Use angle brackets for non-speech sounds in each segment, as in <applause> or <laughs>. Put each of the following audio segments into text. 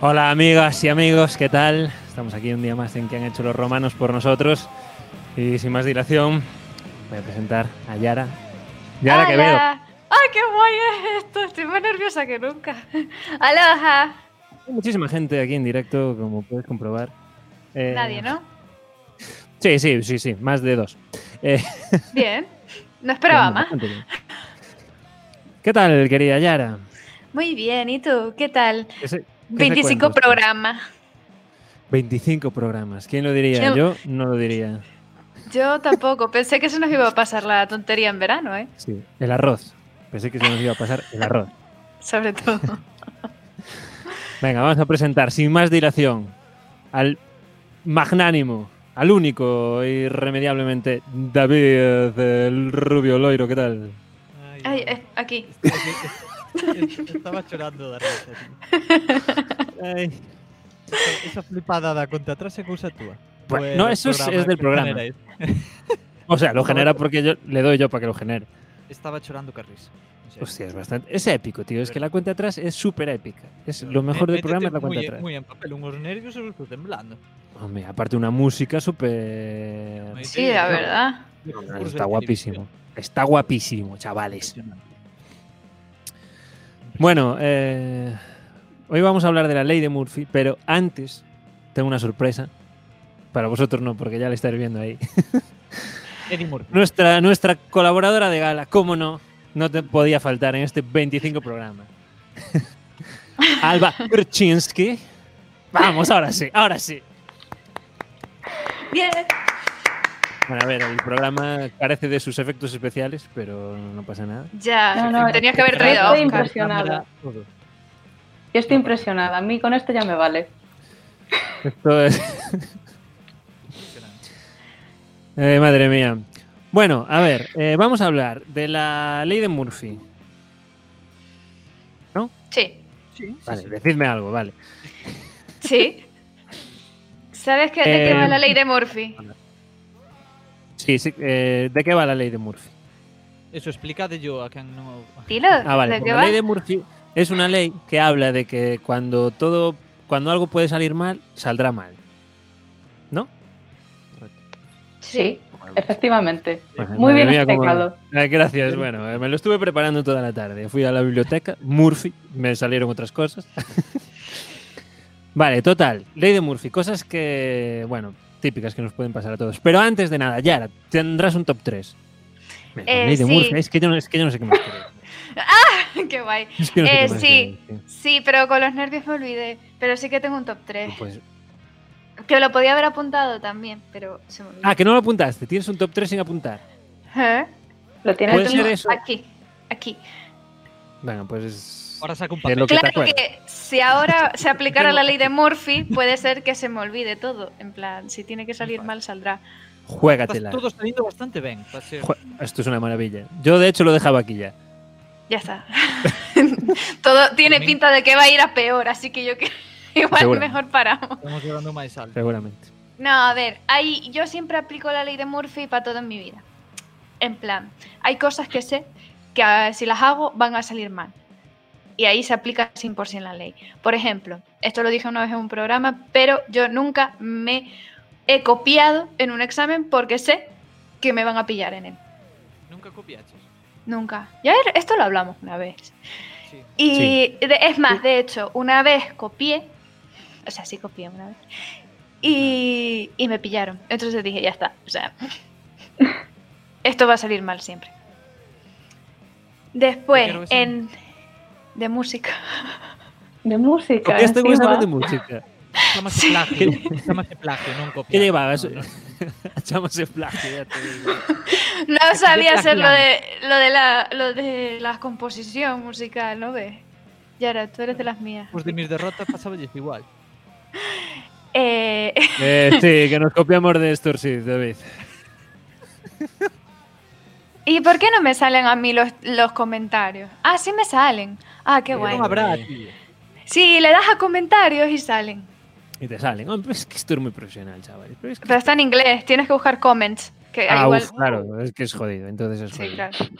Hola amigas y amigos, ¿qué tal? Estamos aquí un día más en que han hecho los romanos por nosotros. Y sin más dilación, voy a presentar a Yara. Yara ¡Hala! Quevedo. ¡Ay, qué guay es esto! Estoy más nerviosa que nunca. <laughs> ¡Aloha! Hay muchísima gente aquí en directo, como puedes comprobar. Eh, Nadie, ¿no? Sí, sí, sí, sí, más de dos. Eh, Bien. No esperaba bien, más. bastante bien. ¿Qué tal, querida Yara? Muy bien, ¿y tú? ¿Qué tal? ¿Qué se- qué se 25 cuenta usted? programas. 25 programas. ¿Quién lo diría? ¿Quién- Yo no lo diría. Yo tampoco. Pensé que se nos iba a pasar la tontería en verano, ¿eh? Sí, el arroz. Pensé que se nos iba a pasar el arroz. Sobre todo. Venga, vamos a presentar sin más dilación al magnánimo, al único, e irremediablemente, David el Rubio Loiro. ¿Qué tal? Ay, eh, aquí. Estaba chorando de risa. tío. Esa- Esa flipada da contra atrás se usa tú. Bueno, no, eso es- es del programa. O sea, lo genera porque yo le doy yo para que lo genere. Estaba chorando que risa. en serio. Hostia, es bastante. Es épico, tío. Es que la cuenta atrás es súper épica. Es lo mejor Mé- del programa es métete la cuenta Eh, muy, en- atrás. Muy en papel, unos nervios se los estoy temblando. Hombre, aparte una música súper. Muy Sí, la No, verdad. de concurso de Está televisión. guapísimo. Está guapísimo, chavales. Impresionante. Bueno, eh, hoy vamos a hablar de la ley de Murphy, pero antes tengo una sorpresa. Para vosotros no, porque ya la estáis viendo ahí. Eddie Murphy. Nuestra, nuestra colaboradora de gala, cómo no, no te podía faltar en este 25 programa. <laughs> Alba Kurczynski. Vamos, ahora sí, ahora sí. Bien. Bueno, a ver, el programa carece de sus efectos especiales, pero no pasa nada. Ya, No, no, tenías que haber estoy traído a estoy Oscar. impresionada. Todo. Yo estoy impresionada. A mí con esto ya me vale. Esto <laughs> es- Eh, madre mía. Bueno, a ver, eh, vamos a hablar de la ley de Murphy. Sí. Vale, decidme algo, vale. Sí. ¿Sabes qué, de qué va Eh, la ley de Murphy? Sí, sí, eh, ¿de qué va la ley de Murphy? Eso explícate yo a quien no. Dilo. Ah, vale. ¿De pues qué la va? ley de Murphy es una ley que habla de que cuando todo, cuando algo puede salir mal, saldrá mal. Sí. Efectivamente. Bueno, Muy madre bien mía, cómo- explicado. Eh, Gracias, bueno, eh, me lo estuve preparando toda la tarde. Fui a la biblioteca, Murphy, me salieron otras <laughs> cosas. vale, total, ley de Murphy, cosas que, bueno, típicas que nos pueden pasar a todos. Pero antes de nada, Yara, tendrás un top 3. Eh, ley de sí. Murphy, es que, yo no, es que yo no sé qué <laughs> más queréis. <laughs> qué guay. Es que no sé qué Eh, más sí. queréis, Sí, pero con los nervios me olvidé. Pero sí que tengo un top tío. 3. Pues- Que lo podía haber apuntado también, pero se me olvidó. ah, que no lo apuntaste, tienes un top 3 sin apuntar. ¿Eh? Lo tienes ¿Puede tú. ser eso? Aquí, aquí. Bueno, pues es... Ahora saca un de papel. lo que te Claro acuerdas. que <laughs> si ahora se aplicara la ley de Murphy, puede ser que se me olvide todo. En plan, si tiene que salir mal, saldrá. Juégatela. Estás todo saliendo bastante bien. para ser- Jue- Esto es una maravilla. Yo, de hecho, lo dejaba aquí ya. Ya está. <laughs> todo tiene mí. pinta de que va a ir a peor, así que yo que <laughs> igual Seguro. mejor paramos. Estamos llevando más alto. Seguramente. No, a ver, hay, yo siempre aplico la ley de Murphy para todo en mi vida. En plan, hay cosas que sé que ah, si las hago van a salir mal. Y ahí se aplica 100% la ley. Por ejemplo, esto lo dije una vez en un programa, pero yo nunca me he copiado en un examen porque sé que me van a pillar en él. Nunca copiaches. Nunca. Ya er- esto lo hablamos una vez. Sí. Y Sí. de- es más, de hecho, una vez copié, o sea, sí copié una vez, y, y me pillaron. Entonces dije, ya está, o sea, <laughs> esto va a salir mal siempre. Después, Pero es un- en... de música. <laughs> De música. Copiaste un encima. <laughs> examen este de música. Está más que Sí. plagio. Está más que plagio, no un copiar. ¿Qué llevabas? No, no. <laughs> Echamos el plagio, ya te digo. No sabía hacer lo de, plagiando. lo, de la, lo de la composición musical, ¿no ves? Yara, tú eres de las mías. Después de mis derrotas pasaba igual. Eh, <laughs> Eh, sí, que nos copiamos de Storsid, David. ¿Y por qué no me salen a mí los, los comentarios? Ah, sí me salen. Ah, qué Pero guay. No habrá, tío. Sí, le das a comentarios y salen. Y te salen. Oh, pero es que esto es muy profesional, chaval. Pero es que- Pero está en inglés, tienes que buscar comments. Que Ah, igual... uf, claro, es que es jodido. Entonces es jodido. Sí, claro.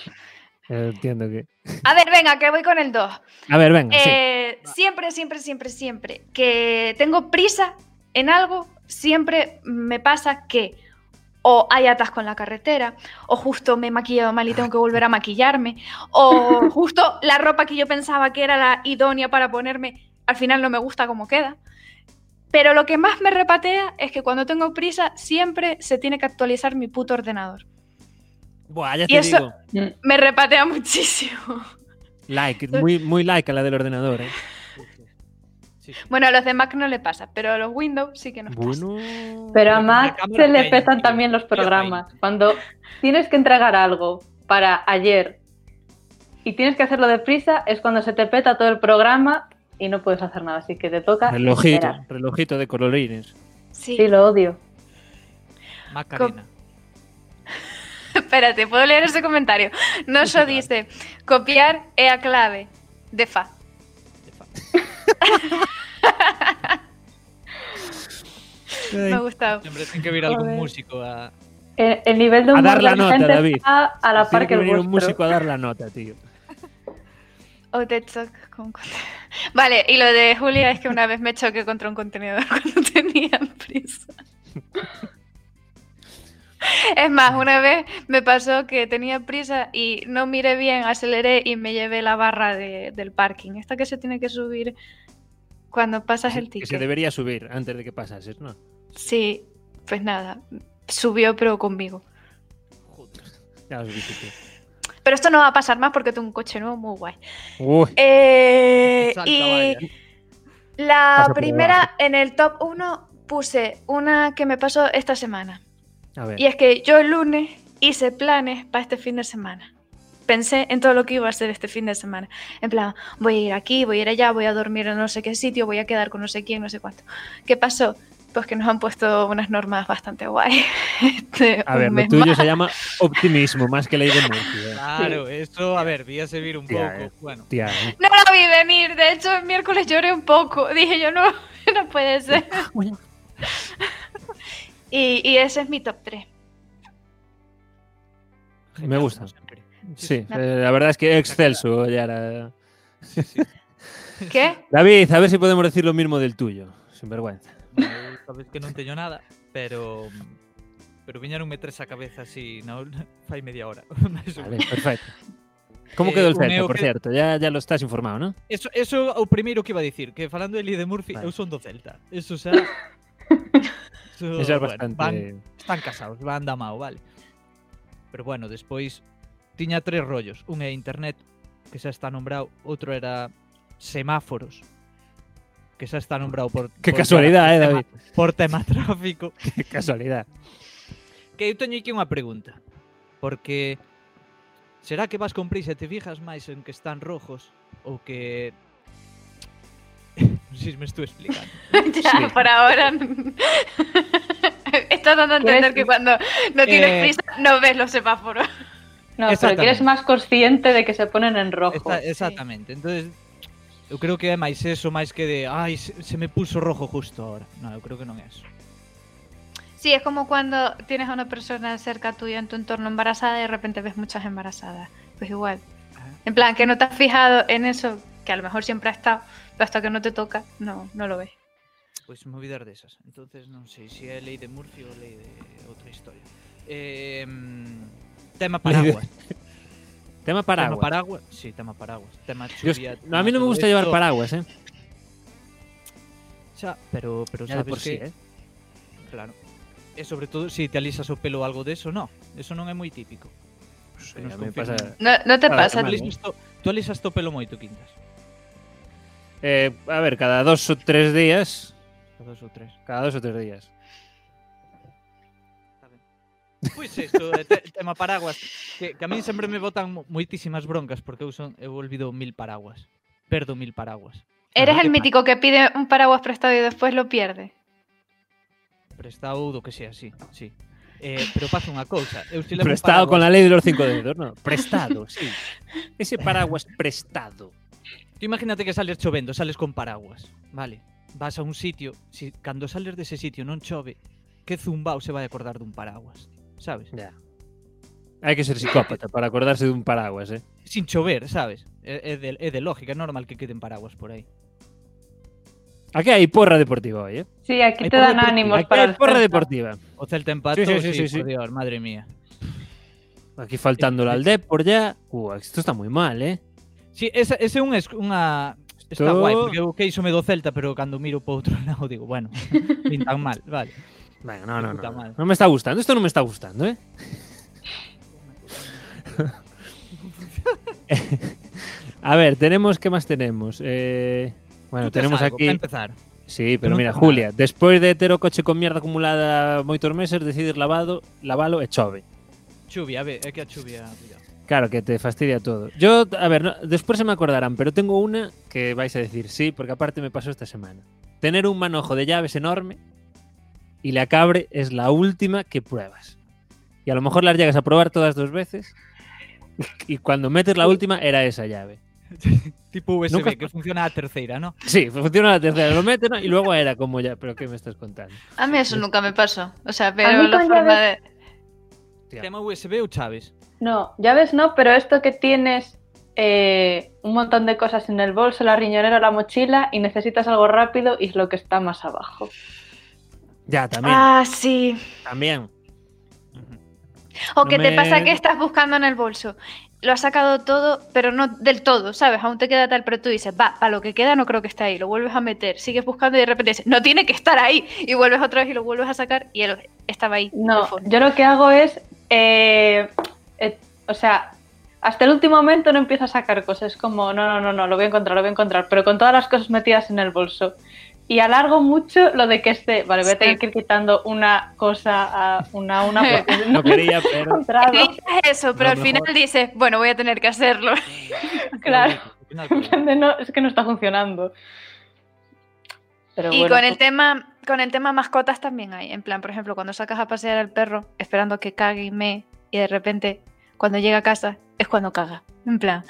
Eh, Entiendo que. A ver, venga, que voy con el 2. A ver, venga, sí. Eh, Siempre, siempre, siempre, siempre que tengo prisa en algo, siempre me pasa que o hay atasco en la carretera, o justo me he maquillado mal y tengo que volver a maquillarme, <laughs> o justo la ropa que yo pensaba que era la idónea para ponerme, al final no me gusta como queda. Pero lo que más me repatea es que cuando tengo prisa siempre se tiene que actualizar mi puto ordenador. Buah, ya y te eso- digo. Me repatea <laughs> muchísimo. Like, muy, muy like a la del ordenador, ¿eh? Sí, sí. Bueno, a los de Mac no le pasa, pero a los Windows sí que nos pasa. Bueno. Pero a Pero con la Mac cámara se que le hay, petan tío. también los Tío, ahí. programas. Cuando tienes que entregar algo para ayer y tienes que hacerlo deprisa, es cuando se te peta todo el programa y no puedes hacer nada. Así que te toca. Relojito, esperar. relojito de colorines. Sí. Sí, lo odio. Macarena. Espérate, ¿puedo leer ese comentario? No Sí, se claro. dice copiar e a clave de fa. Me ha gustado. Siempre tiene que ver algún Joder. músico ah, a. El, el nivel de A humor dar la de nota, gente David. está a la par Tiene que que el venir vuestro. un músico a dar la nota, tío. <laughs> O te choc- con con- <laughs> Vale, y lo de Julia es que una vez me choqué contra un contenedor <laughs> cuando tenía <laughs> prisa. Es más, una vez me pasó que tenía prisa y no miré bien, aceleré y me llevé la barra de- del parking. Esta que se tiene que subir cuando pasas el Que ticket. se debería subir antes de que pasases, ¿no? Sí, pues nada, subió pero conmigo. Ya lo subiste tú. Pero esto no va a pasar más porque tengo un coche nuevo muy guay. Uy, Eh, Salta, y vaya. la Pasa por primera, en el top 1, puse una que me pasó esta semana. a ver. Y es que yo el lunes hice planes para este fin de semana. Pensé en todo lo que iba a hacer este fin de semana. En plan, voy a ir aquí, voy a ir allá, voy a dormir en no sé qué sitio, voy a quedar con no sé quién, no sé cuánto. ¿Qué pasó? Pues que nos han puesto unas normas bastante guay. <laughs> Este, A un ver, lo mes tuyo más. se llama optimismo, más que ley de Murphy. Claro, esto, a ver, voy a servir un Tía, eh. poco. Bueno, Tía, ¿eh? No la vi venir, de hecho el miércoles lloré un poco, <laughs> dije yo no, no puede ser. Y, y ese es mi top 3. me gusta. siempre. Sí, eh, la verdad es que excelso, Yara. ¿Qué? <laughs> David, a ver si podemos decir lo mismo del tuyo, sin vergüenza. Bueno, Sabes que non teño nada, pero pero viñeronme tres a cabeza así <laughs> na ul- fai media hora. Mais ou Vale, perfecto. ¿Cómo Eh, quedó el o Celta, meu por que- cierto? Ya, ya lo estás informado, ¿no? Eso, eso é o primeiro que iba a dicir, que falando de Lee de Murphy, Vale. eu son do Celta. Eso xa... Eso, Eso es bueno, bastante... van, están casados, van da mao, vale. Pero bueno, despois tiña tres rollos. Un é internet, que xa está nombrado, outro era semáforos, que xa está nombrado por... Qué por- casualidad, eh, por tema- David. Por tema tráfico. Qué casualidad. Que eu teño aquí unha pregunta. Porque será que vas con prisa e te fijas máis en que están rojos ou que <laughs> Non sei se me estou explicando. Ya, Sí. por ahora. <laughs> no. Estás dando a entender ¿Quieres- que cuando no Eh, tienes prisa no ves los semáforos. <laughs> No, pero que eres Exactamente. más consciente de que se ponen en rojo. Esta- exactamente. Entonces eu creo que é máis eso máis que de ai, se, se me puso rojo justo agora. Non, eu creo que non é eso. Sí, es como cuando tienes a una persona cerca tuya en tu entorno embarazada y de repente ves muchas embarazadas. Pues igual. En plan, que no te has fijado en eso, que a lo mejor siempre ha estado, pero hasta que no te toca, no, no lo ves. Pois me olvidar desas. Entonces non sei se é lei de Murphy ou lei de outra historia. Eh, mm, tema Lei de- paraguas. Tema Tema paraguas. paraguas. Sí, tema paraguas. Tema Yo es- chuvia. no, a mí no me tema todo gusta llevar esto. paraguas, ¿eh? Xa, pero, pero Ya de sabes por que... sí, ¿eh? Claro. E sobre todo se te alisas o pelo ou algo deso, no. Eso non é moi típico. Sí, Que pues, nos a mí me confirman. pasa- No, no te Claro, pasa. Tú Fernando. alisas, to, tú alisas to pelo moito, Quintas. Eh, a ver, cada dos o tres días Cada dos o tres. Cada dos o tres días. Pois isto, é Pues eh, te, tema paraguas, que, que a min sempre me botan mo- moitísimas broncas porque eu son eu olvido mil paraguas. Perdo mil paraguas. Eres Ajá. el mítico que pide un paraguas prestado y después lo pierde. Prestado do que sea, sí, sí. Eh, pero pasa unha cousa, eu si levo un Prestado con paraguas- la ley de los cinco dedos, ¿no? Prestado, sí. Ese paraguas prestado. Tú imagínate que sales chovendo, sales con paraguas, vale? Vas a un sitio, si cando sales dese sitio non chove, que zumbao se vai acordar dun paraguas, sabes? Ya. Hay que ser psicópata para acordarse de un paraguas, ¿eh? Sin chover, sabes? É, é, de, é de lógica, é normal que queden paraguas por aí. Aquí hay porra deportiva hoy, ¿eh? Sí, aquí Hay te porra dan deportiva, ánimos Aquí hay para porra el Celta. deportiva. O Celta empatou, Sí, sí, sí, sí, sí. por Dios, madre mía. Aquí faltando al Dep por ya. Uh, esto está muy mal, ¿eh? Sí, ese, ese un es unha... Está Esto- guai, porque eu que iso me do Celta, pero cando miro para outro <laughs> lado digo, bueno, nin tan mal, vale. Venga, no, De no, puta no, no. madre. No me está gustando. Esto no me está gustando, ¿eh? <laughs> A ver, tenemos, ¿qué más tenemos? Eh, bueno, Tú tes tenemos algo, aquí. Para empezar. Sí, pero non mira, tes Julia, despois de ter o coche con mierda acumulada moitos meses, decides lavado, lavalo e chove. Chuvia, a ver, é que a chuvia... cuidado. Claro, que te fastidia todo. Yo, a ver, no, después se me acordarán, pero tengo una que vais a decir sí, porque aparte me pasó esta semana. Tener un manojo de llaves enorme y la cabre es la última que pruebas. Y a lo mejor las llegas a probar todas dos veces y cuando metes la última era esa llave. Tipo USB, Nunca- que funciona a terceira, ¿no? Sí, funciona la tercera, lo metes ¿no? y luego era como ya, pero ¿qué me estás contando? A mí eso nunca me pasó. O sea, pero mí la con forma llaves- de- Ya. Tema USB ou chaves? No, ya ves, no, pero esto que tienes eh, un montón de cosas en el bolso, la riñonera, la mochila y necesitas algo rápido y es lo que está más abajo. Ya, también, Ah, sí. también. O No que te me- pasa que estás buscando en el bolso. Lo has sacado todo, pero no del todo, ¿sabes? Aún te queda tal, pero tú dices, va, para lo que queda no creo que esté ahí. Lo vuelves a meter, sigues buscando y de repente dices, no tiene que estar ahí. Y vuelves otra vez y lo vuelves a sacar y él estaba ahí. No, por favor. yo lo que hago es, eh, eh, o sea, hasta el último momento no empiezo a sacar cosas, es como, no, no, no, no, lo voy a encontrar, lo voy a encontrar, pero con todas las cosas metidas en el bolso. Y alargo mucho lo de que esté, vale, voy a Sí. tener que ir quitando una cosa a una, a <laughs> una, porque No quería, <laughs> pero... encontrado. Evitas eso, No, pero al final mejor. dices, bueno, voy a tener que hacerlo. Claro. Final, pues, En plan de, no, es que no está funcionando. Pero Y bueno, con el tema con el tema mascotas también hay. En plan, por ejemplo, cuando sacas a pasear al perro esperando que cague y me y de repente cuando llega a casa es cuando caga. En plan.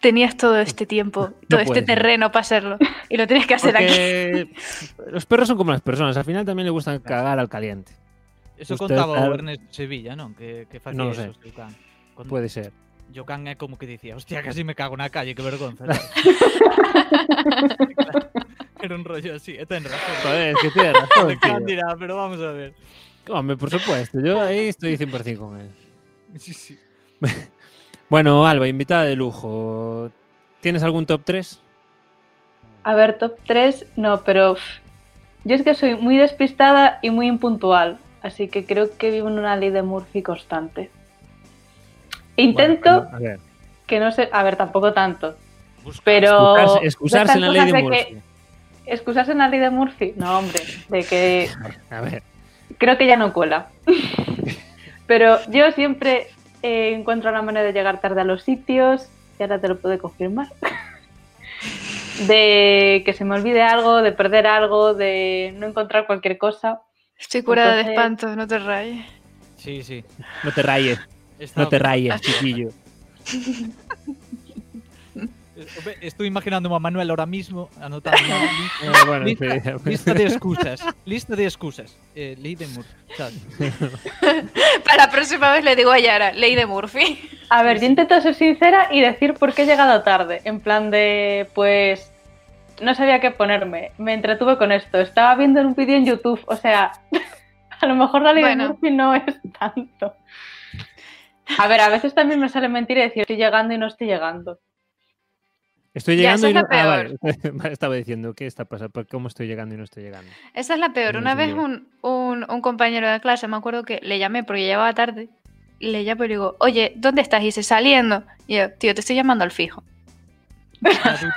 Tenías todo este tiempo, todo este puede ser. terreno para hacerlo y lo tienes que hacer aquí. Porque los perros son como las personas, al final también le gustan cagar al caliente. Eso Usted contaba o tal- Ernest Sevilla, non? Que, que facía Non eso, sei. o seu can. Con... Puede ser. Yo can é como que dicía, hostia, casi me cago na calle, que <laughs> vergonza. ¿sabes? Era un rollo así, e ten razón. Joder, es que tiene <laughs> razón, El tío. can dirá, pero vamos a ver. Hombre, por supuesto, yo ahí estoy 100% con él. Sí, sí. Bueno, Alba, invitada de lujo. ¿Tienes algún top 3? a ver, top 3, no, pero uf, yo es que soy muy despistada y muy impuntual, así que creo que vivo en una ley de Murphy constante. Intento a ver, que no se... A ver, tampoco tanto. Busca- Pero... excusarse, excusarse de en la ley estas de cosas que- Murphy. ¿Excusarse en la ley de Murphy? No, hombre, de que A ver, creo que ya no cuela. Pero yo siempre eh, encuentro la manera de llegar tarde a los sitios, y ahora te lo puedo confirmar. <laughs> De que se me olvide algo, de perder algo, de no encontrar cualquier cosa. Estoy curada de Entonces- espanto, no te rayes. Sí, sí. no te rayes, Estaba- no te <laughs> rayes, chiquillo. Eh, Estoy imaginando a Manuel ahora mismo anotando Eh, bueno, pues, en lista, fin, lista de excusas. Lista de excusas. Eh, ley de Murphy. ¿sabes? <laughs> Para la próxima vez le digo a Yara, ley de Murphy. A ver, yo intento ser sincera y decir por qué he llegado tarde. En plan de, pues, no sabía qué ponerme. Me entretuve con esto. Estaba viendo un vídeo en YouTube. O sea, <laughs> a lo mejor la ley de Bueno. Murphy no es tanto. A ver, a veces también me sale mentira y decir estoy llegando y no estoy llegando. Estoy Ya, llegando esa y no. es la Ah, vale. <laughs> Vale, Estaba diciendo, ¿qué está pasando? ¿Por ¿Cómo estoy llegando y no estoy llegando? Esa es la peor. No, Una vez señor. un, un- un compañero de clase, me acuerdo que le llamé porque llegaba tarde. y Le llamo y le <laughs> digo, oye, ¿dónde estás? Y dice, saliendo. Y yo, tío, te estoy llamando al fijo. La ducha.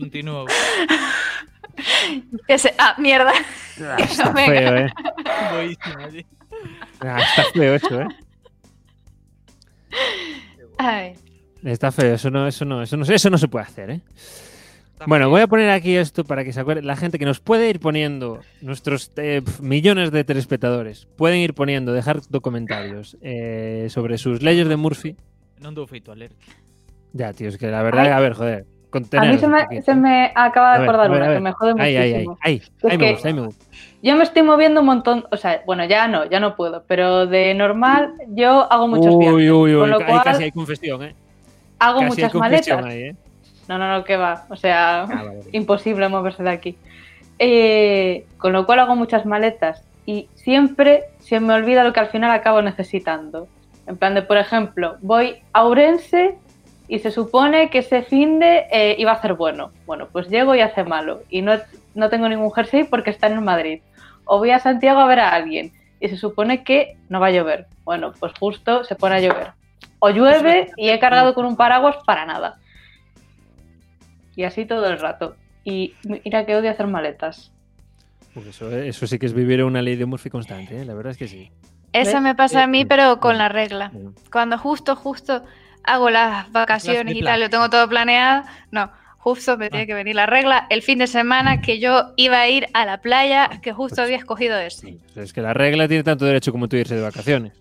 Continúo. Que se- ah, mierda. <laughs> Está Ah, Venga. feo, ¿eh? Buenísimo, sí. Ah, está feo eso, ¿eh? A ver. Está feo, eso no, eso no, eso no, eso no se puede hacer, ¿eh? Bueno, voy a poner aquí esto para que se acuerde la gente que nos puede ir poniendo, nuestros eh, pf, millones de telespectadores, pueden ir poniendo, dejar documentarios eh, sobre sus leyes de Murphy. Non dou feito a ler. Ya, tío, es que la verdad, Ay. a ver, joder, A contener. mí se me, se me acaba de acordar una que me jode Ay, ay, ay, muchísimo. ay, Es ay, me que- gusta, ay, me gusta. Yo me estoy moviendo un montón, o sea, bueno, ya no, ya no puedo, pero de normal yo hago muchos viajes, Uy, uy, uy, con lo ahí cual- casi hay confesión, ¿eh? hago casi hay muchas confesión maletas. ahí, ¿eh? No, no, no, que va, o sea, Ah, vale, vale. <laughs> imposible moverse de aquí. Eh, con lo cual hago muchas maletas y siempre se me olvida lo que al final acabo necesitando. En plan de, por ejemplo, voy a Ourense y se supone que ese fin de eh, iba a ser bueno. Bueno, pues llego y hace malo y no, no tengo ningún jersey porque está en Madrid. O voy a Santiago a ver a alguien y se supone que no va a llover. Bueno, pues justo se pone a llover. O llueve y he cargado con un paraguas para nada. Y así todo el rato. Y mira que odio hacer maletas. Pues eso, eso sí que es vivir una ley de Murphy constante, ¿eh? la verdad es que sí. Eso ¿Ves? me pasa a mí, Eh, pero con la regla. Bueno. Cuando justo, justo hago las vacaciones y triplas. tal, lo tengo todo planeado. No, justo me Ah. tiene que venir la regla el fin de semana que yo iba a ir a la playa, que justo había escogido ese. Pues Sí, Es que la regla tiene tanto derecho como tú irse de vacaciones.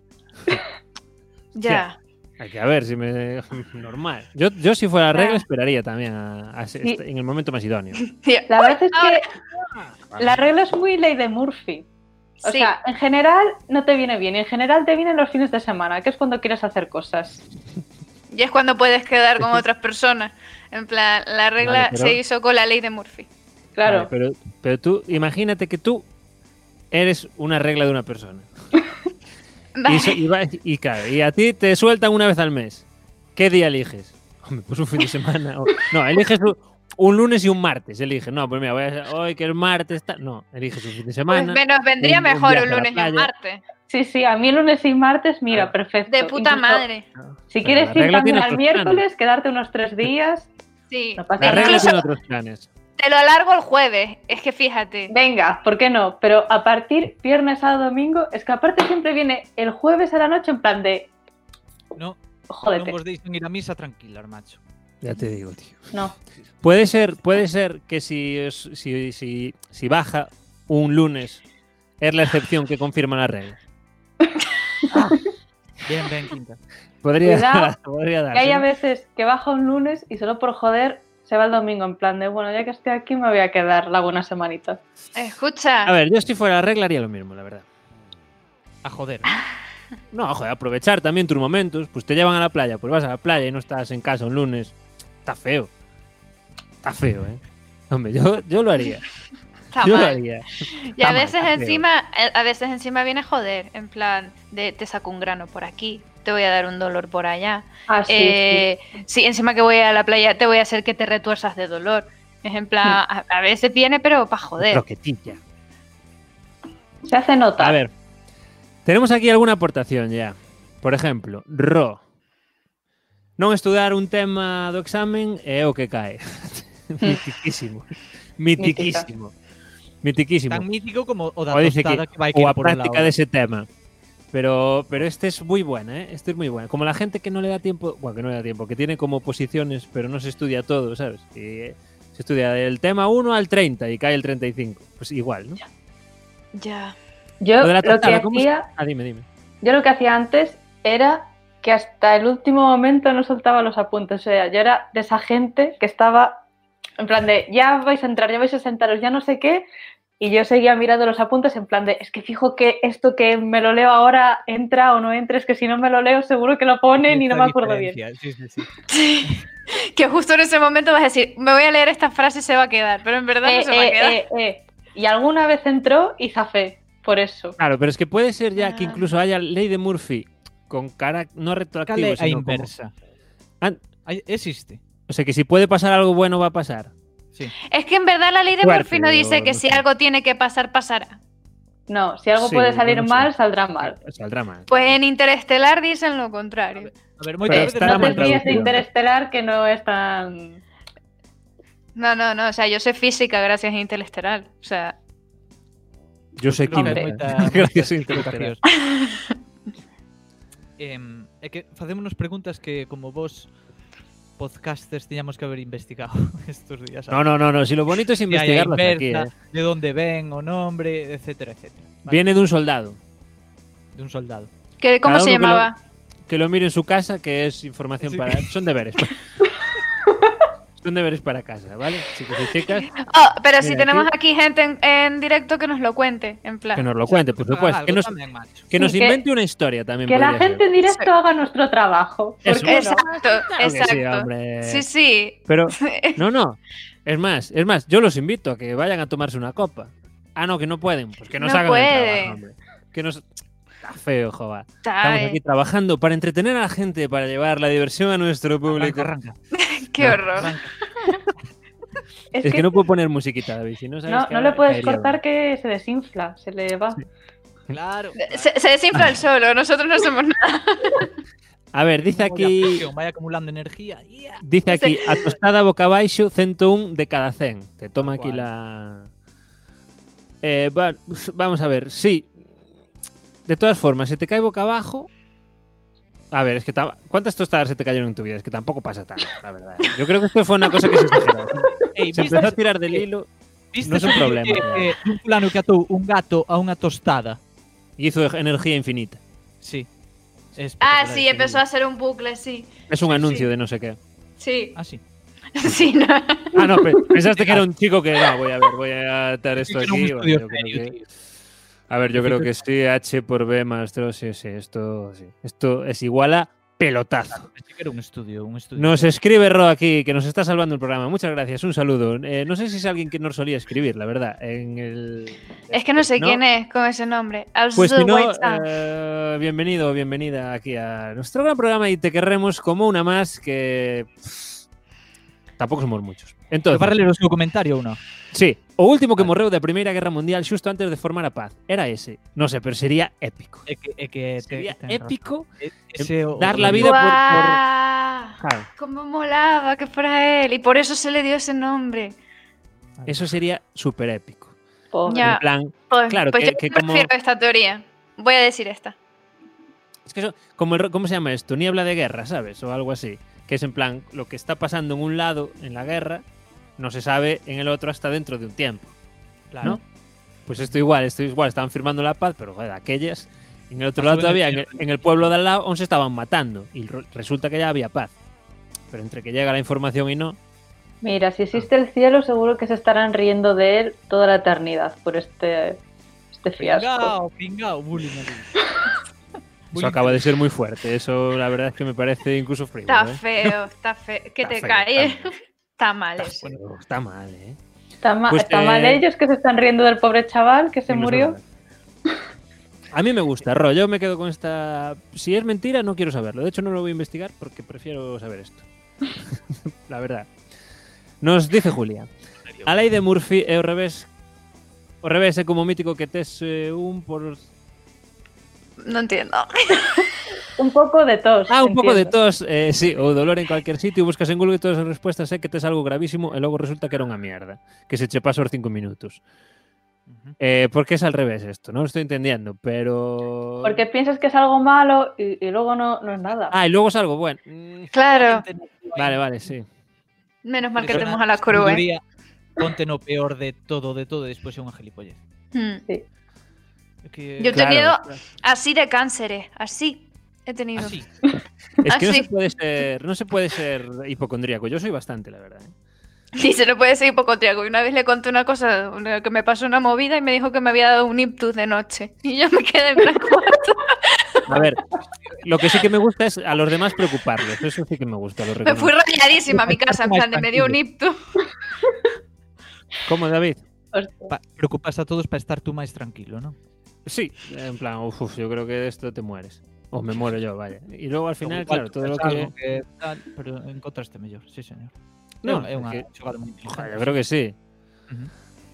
Ya. Hay que a ver si me. <laughs> Normal. Yo, yo si fuera regla, Ah. esperaría también a- a- Sí. en el momento más idóneo. Tío, La verdad es ahora. que la regla es muy ley de Murphy. O sí. sea, en general no te viene bien. y En general te vienen los fines de semana, que es cuando quieres hacer cosas. Y es cuando puedes quedar con otras personas. En plan, la regla Vale, pero- se hizo con la ley de Murphy. Claro. Vale, pero, pero tú, imagínate que tú eres una regla de una persona. Y, Vale. <laughs> so- y va- y claro, y a ti te sueltan una vez al mes. ¿Qué día eliges? Hombre, pues un fin <laughs> de semana. o- no, eliges un, un lunes y un martes. Eliges. No, pues mira, voy a, hoy que el martes está. No, eliges un fin de Pues semana. me- nos vendría un- un mejor viaje un a la lunes y playa. un martes. Sí, sí, a mí el lunes y martes, mira, perfecto. De puta Incluso, madre. Si Pero la quieres ir regla también tiene al otros miércoles, planes. quedarte unos tres días, Sí. no pasa La regla nada. tiene otros planes. Te lo alargo el jueves. Es que fíjate. Venga, ¿por qué no? Pero a partir viernes, sábado, domingo, es que aparte siempre viene el jueves a la noche en plan de, No, non jódete, vos deixen ir a misa tranquila, macho. Ya te digo, tío. no. Puede ser, puede ser que si, es- si, si, si baja un lunes es la excepción que confirma la regla. Ben, ben, Quinta. Podría, Cuidado, <laughs> podría Que hay a dar. ¿eh? veces que baja un lunes y solo por joder se va el domingo en plan de, bueno, ya que estoy aquí me voy a quedar la buena semanita. Escucha. A ver, yo si fuera la regla haría lo mismo, la verdad. A <laughs> joder. No, joder, aprovechar también tus momentos. Pues te llevan a la playa, pues vas a la playa y no estás en casa un lunes. Está feo. Está feo, ¿eh? Hombre, yo, yo lo haría. está Yo lo mal. haría. Y a mal, veces está feo. encima, eh, a veces encima viene joder, en plan de te saco un grano por aquí, te voy a dar un dolor por allá. Así, Eh, sí. encima que voy a la playa te voy a hacer que te retuerzas de dolor. Es en plan, a, a veces viene, pero para joder. Roquetilla. sí. Se hace nota. A ver, tenemos aquí alguna aportación ya. Por exemplo, ro. Non estudar un tema do examen é o que cae. <laughs> Mitiquísimo. Mitiquísimo. Mitiquísimo. Tan mítico como o da O dice tostada que, vai que Ou ir a por un lado. práctica dese tema. Pero, pero este es muy buena, ¿eh? Este es muy buena. Como la gente que no le da tiempo, bueno, que no le da tiempo, que tiene como posiciones, pero no se estudia todo, ¿sabes? Y, eh, se estudia del tema 1 al 30 y cae el 35. Pues igual, ¿no? Ya. Yo Lo de la lo, que tostada, ¿cómo se- hacía, Ah, dime, dime. yo lo que hacía antes era que hasta el último momento no soltaba los apuntes. O sea, yo era de esa gente que estaba en plan de, ya vais a entrar, ya vais a sentaros, ya no sé qué. Y yo seguía mirando los apuntes en plan de, es que fijo que esto que me lo leo ahora entra o no entra, es que si no me lo leo seguro que lo ponen y no me Esta acuerdo bien. diferencia, Sí, sí, sí. Que justo en ese momento vas a decir, me voy a leer esta frase y se va a quedar, pero en verdad no Eh, se va a eh, quedar. eh, eh. Y alguna vez entró y zafé, por eso. Claro, pero es que puede ser ya que Ah. incluso haya ley de Murphy con cara no Ah. Cal é retroactivo, a sino como- inversa? An- Ai, Existe. o sea, que si puede pasar algo bueno va a pasar. Sí. Es que en verdad la ley de Fuerte, Murphy no digo, dice que no si sé. algo tiene que pasar, pasará. No, si algo Sí, puede salir bueno, sí. mal, saldrá mal. O sea, el drama. ¿eh? Pues en Interestelar dicen lo contrario. A ver, moitas Pero veces está Eh, No non te mal entra- fíes de traducido. Interestelar que no es tan... No, no, no. O sea, yo sé física gracias a Interestelar. O sea, Yo sei Claro, Hombre. química. <laughs> moita- Gracias, moitas intelectual. Em, é que facémonos preguntas que como vos podcasters tiñamos que haber investigado <laughs> estos días. No, no, no, no. Si lo bonito es Que hai a investigarlas aquí, inversa, eh. De dónde ven, o nombre, etcétera, etcétera. Vale, Viene de un soldado. de un soldado. ¿qué- ¿cómo Cada se uno que lo- llamaba? Que lo mire en su casa, que es información Sí. para. Son deberes. Son deberes para casa, ¿vale? Chicos y chicas, Oh, pero si Mira, tenemos aquí- aquí gente en, en directo que nos lo cuente, en plan. que nos lo cuente, por Hagan supuesto. Ah, algo pues, Que nos, tamén, macho. que nos Sí, que- invente una historia también. Que la podría ser. gente en directo haga nuestro trabajo. ¿Por Eso. qué no? Exacto, Claro que sí, exacto. hombre. Sí, sí. <laughs> Pero, no, no. Es más, es más, yo los invito a que vayan a tomarse una copa. Ah, no, que no pueden. Pues que nos No hagan el pueden. trabajo, hombre. Que nos. Está feo, joder. Estamos Ay, aquí trabajando para entretener a la gente, para llevar la diversión a nuestro público. Arranca, arranca. qué horror. arranca. Es, Es que, que no puedo poner musiquita, David. Si no, sabes no, que no ahora le puedes caería cortar que se desinfla, se le va. Claro. Se, se desinfla el solo, nosotros no somos nada. mal. A ver, dice aquí, Vaya acumulando energía. Yeah. dice aquí, a tostada boca abaixo, 101 de cada 100. Te toma Tal aquí cual. la... Eh, va- vamos a ver, sí. De todas formas, se te cae boca abajo... A ver, es que... ta- ¿Cuántas tostadas se te cayeron en tu vida? Es que tampoco pasa tanto, la verdad. ¿eh? Yo creo que esto fue una cosa que se <laughs> exageró. Ey, Se ¿viste- empezó a tirar del hilo viste no es un ese problema, vídeo claro. de un fulano que atou un gato a una tostada. y hizo energía infinita. Sí. Ah, sí, empezó a hacer un bucle, sí. Es un anuncio sí. de no sé qué. Sí, Ah, sí. <laughs> sí, no. Ah, no, pe- pensaste que era un chico que no, voy a ver, voy a atar esto Hicieron un aquí. estudio bueno, yo creo serio, que- tío. A ver, yo creo que sí, H por B, maestro, sí, sí, esto, sí. esto es igual a pelotazo. Pensé que era un estudio, un estudio. Nos escribe Ro aquí, que nos está salvando el programa. Muchas gracias, un saludo. Eh, no sé si es alguien que nos solía escribir, la verdad, en el... Es que no sé ¿No? quién es con ese nombre. Pues si no, Absolute White Sun. eh, bienvenido, bienvenida aquí a nuestro gran programa y te querremos como una más que... pff, Tampoco somos muchos. Pero Entonces, para ler o seu comentario ou non? Sí, o último que Vale. morreu da Primeira Guerra Mundial xusto antes de formar a paz. Era ese. No sé, pero sería épico. É que, é que te, Sería ten razón. épico. E- ese o- Dar o- la vida por- por... ¡Guau! Claro, Cómo molaba que fuera él. Y por eso se le dio ese nombre. eso sería súper épico. Pobre. Ya. En plan, Pues, Claro, pues que- yo que como- prefiero esta teoría. Voy a decir esta. es que eso, como el ro- ¿cómo se llama esto? Niebla de guerra, ¿sabes? O algo así. Que es en plan, lo que está pasando en un lado en la guerra, no se sabe en el otro hasta dentro de un tiempo. Claro. ¿no? Pues esto igual, esto igual, estaban firmando la paz, pero joder, aquellas. En el otro Más o lado menos todavía, en tiene el, en el pueblo de al lado, aún se estaban matando. Y ro- resulta que ya había paz. Pero entre que llega la información y no. Mira, si existe el cielo, seguro que se estarán riendo de él toda la eternidad por este, este fiasco. Pingao, pingao, bullying. ali. <laughs> Eso Bullying. acaba de ser muy fuerte. Eso la verdad es que me parece incluso frío. Está ¿eh? <laughs> feo, está feo. Que Está te feo, cae. está mal, Está mal está eso. feo, Está mal, ¿eh? Está, ma- Pues, está eh, mal ellos que se están riendo del pobre chaval que Sí, no se es murió. verdad. A mí me gusta, Ro. Yo me quedo con esta. Si es mentira, no quiero saberlo. De hecho, no lo voy a investigar porque prefiero saber esto. <laughs> la verdad. Nos dice Julia. A lei de Murphy é o revés O revés é como o mítico que tes eh, un por... No entiendo. Un poco de tos. Ah, un pouco de entiendo. tos, eh, sí, ou dolor en cualquier sitio e buscas en Google todas as respostas é que tes algo gravísimo e logo resulta que era unha mierda que se che pasa os cinco minutos Ujú. eh, Por que é al revés esto? Non estou entendendo, pero... Porque piensas que es algo malo y, y luego no, no es nada. Ah, e logo es algo bueno Mm, Claro, Vale, vale, sí menos mal que Persona tenemos a la cruz. ¿eh? sabiduría, Ponte no peor de todo, de todo, e despois é unha gilipollez. Hmm. É que- Yo he Claro. tenido así de cánceres, así he tenido. Así. Es que Ah, non sí. se pode ser, non se pode ser hipocondríaco Yo soy bastante, la verdad eh. <laughs> Dice, no puede ser hipocondriaco. Y una vez le conté una cosa, una- que me pasó una movida y me dijo que me había dado un ictus de noche. <laughs> Y yo me quedé en blanco. A ver, lo que sí que me gusta es a los demás preocuparlos Eso sí que me gusta, lo me reconozco fui rayadísima a mi casa, en plan, de me dio un ictus. Como, David? Hostia. Pa- preocupas a todos para estar tú máis tranquilo, non? Sí, en plan, uf, uf, yo creo que de esto te mueres. O me muero yo, vaya. Y luego al final, Igual claro, tú todo lo fes que. algo que tal, pero encontraste mellor, sí, señor. No, é é unha que- xogada moi inteligente. Joder, yo creo que sí. Ujú.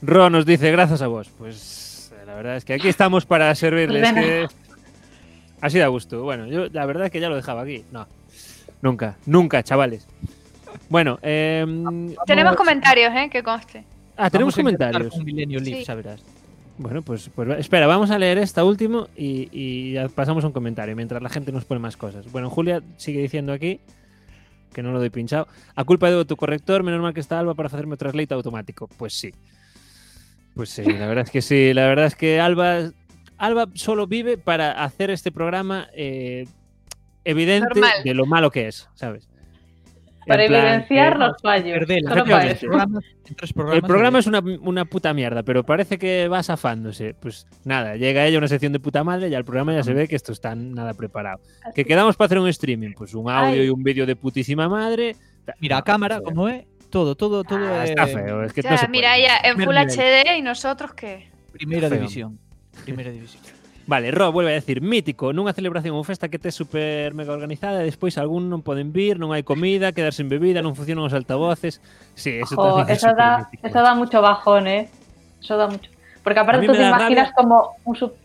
Ro nos dice, gracias a vos. Pues eh, la verdad es que aquí estamos para servirles. Pues que... Así da gusto. Bueno, yo la verdad es que ya lo dejaba aquí. No, nunca, nunca, chavales. Bueno, eh, Tenemos comentarios, ¿eh? Que conste. ah, tenemos Vamos a intentar comentarios. con Milenio Live, Sí. ya verás. Bueno, pues, pues va- espera, vamos a leer esta último y, y ya pasamos a un comentario mientras la gente nos pone más cosas. Bueno, Julia sigue diciendo aquí que no lo doy pinchado. A culpa de autocorrector, menos mal que está Alba para hacerme translate automático. Pues sí. Pues sí, la verdad es que sí. La verdad es que Alba, Alba solo vive para hacer este programa eh, evidente Normal. de lo malo que es, ¿sabes? En Para plan, evidenciar eh, los fallos. Perdela, Solo para efectivamente. eso. programas- en tres El programas programa de- es una, una puta mierda, pero parece que va zafándose. Pues nada, llega ella a una sección de puta madre y al programa ya se ve que esto está nada preparado. ¿Que quedamos para hacer un streaming? Pues un audio Ay. y un vídeo de putísima madre. Mira, No, a cámara, está feo. como es, todo, todo, todo Ah, es está feo, es que no Ya, eh. se puede. mira, ella en Primer Full nivel. HD y nosotros qué. primera feo. división. Primera división. Vale, Rob vuelve a decir, mítico, nunha celebración ou festa que te super mega organizada e despois algún non poden vir, non hai comida, quedar sen bebida, non funcionan os altavoces. Sí, eso Jo, tamén é eso, da, supermítico. eso da mucho bajón, ¿eh? Eso da mucho. Porque A mí aparte me tú te da imaginas rabia. como un sup-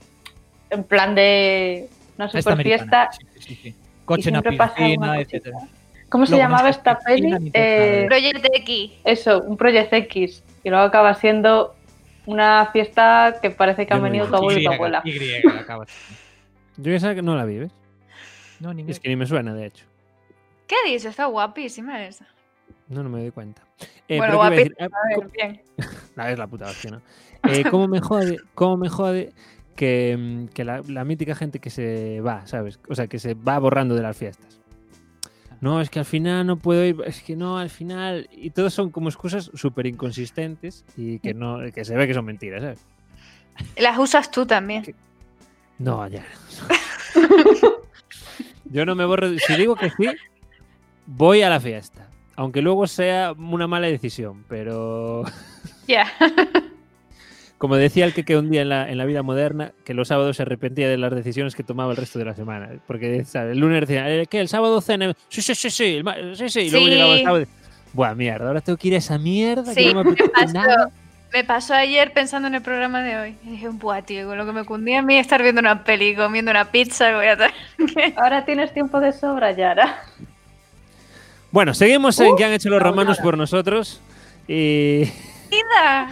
en plan de una Esta super americana, fiesta. sí, sí, sí. Coche en la siempre pasa piscina, alguna etc. ¿Cómo se Luego llamaba no esta está Cristina peli? ni te Eh, Project X. eso, un Project X. Y luego acaba siendo una fiesta que parece que han Yo no venido digo. tu abuelo y tu Y, abuela. Y, acaba. Yo esa que non la vives. <laughs> No, ni Es que ni me suena, de hecho. ¿Qué dices? Está guapísima esa. No, no me doy cuenta. Eh, Bueno, pero ¿qué iba a decir? guapísima, Ah, A co- ver, bien. La es la puta hostia, ¿no? Eh, ¿Cómo me jode, cómo me jode que, mm, que la, la mítica gente que se va, ¿sabes? O sea, que se va borrando de las fiestas. No, es que al final no puedo ir, es que no, al final. Y todos son como excusas súper inconsistentes y que no que se ve que son mentiras, ¿sabes? Las usas tú también. No, ya. Yo no me borro. de- Si digo que sí, voy a la fiesta. Aunque luego sea una mala decisión, pero. Ya. <laughs> Como decía el que, que un día en la, en la vida moderna, que los sábados se arrepentía de las decisiones que tomaba el resto de la semana. Porque ¿sabes? el lunes decía, "Eh, ¿qué? ¿El sábado cena? Sí, sí, sí, sí. el ma- sí, sí. Y luego Sí. llegaba el sábado. y, Buah, mierda, ahora tengo que ir a esa mierda que Sí, no me apetece pasó. nada". Me pasó ayer pensando en el programa de hoy. Y dije, buah, tío, con lo que me cundía a mí estar viendo una peli, comiendo una pizza, voy a <laughs> estar- Ahora tienes tiempo de sobra, Yara. <laughs> Bueno, seguimos en qué han hecho los romanos por nosotros. <laughs> Y. ¡Ida!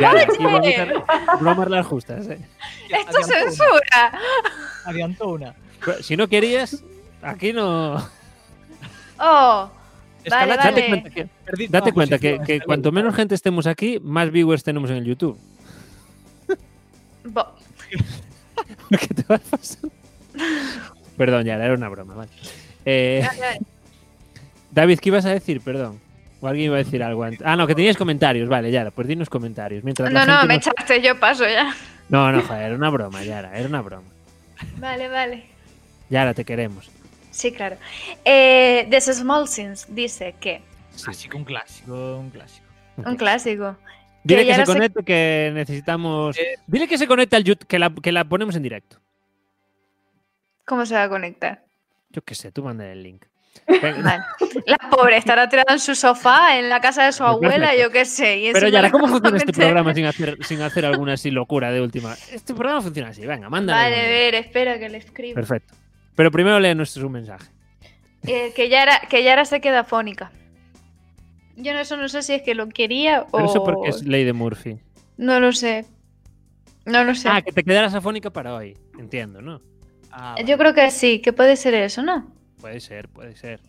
Ya, ¡Joder! aquí vamos a hacer bromas las justas. ¿eh? ¡Esto es censura! Adiantó una. Si no querías, aquí no. ¡Oh! Vale, Escalada, vale. Date cuenta que, date cuenta que, que cuanto menos gente estemos aquí, más viewers tenemos en el YouTube. <laughs> bo- ¿Qué te vas pasando? Perdón, ya, era una broma, vale. Eh, David, ¿qué ibas a decir? Perdón. O alguien iba a decir algo antes. Ah, no, que tenías comentarios. Vale, Yara, pues dinos comentarios. Mientras la No, no, gente me nos- echaste, yo paso ya. No, no, joder, era una broma, Yara, era una broma. Vale, vale. Yara, te queremos. Sí, claro. Eh, The Small Sins dice que. Clásico, un clásico, un clásico. Un clásico. Dile que Yara se se- conecte, que necesitamos. Eh. Dile que se conecte al YouTube, que la, que la ponemos en directo. ¿Cómo se va a conectar? Yo qué sé, tú manda el link. Venga, <laughs> Vale. La pobre estará tirada en su sofá, en la casa de su Me abuela, parece. yo qué sé. Y Pero encima Yara, la ¿cómo van a funciona este meter- programa sin hacer, sin hacer alguna así locura de última? Este programa funciona así, venga, mándale. <laughs> Vale, un- a ver, espera que le escribo. Perfecto. Pero primero lee nuestro su mensaje. Eh, que, Yara, que Yara se queda fónica. Yo no, eso no sé si es que lo quería o. Pero eso porque es ley de Murphy. No lo sé. No lo sé. Ah, que te quedarás afónica para hoy. Entiendo, ¿no? Ah, Yo creo que sí, que puede ser eso, ¿no? Puede ser, puede ser.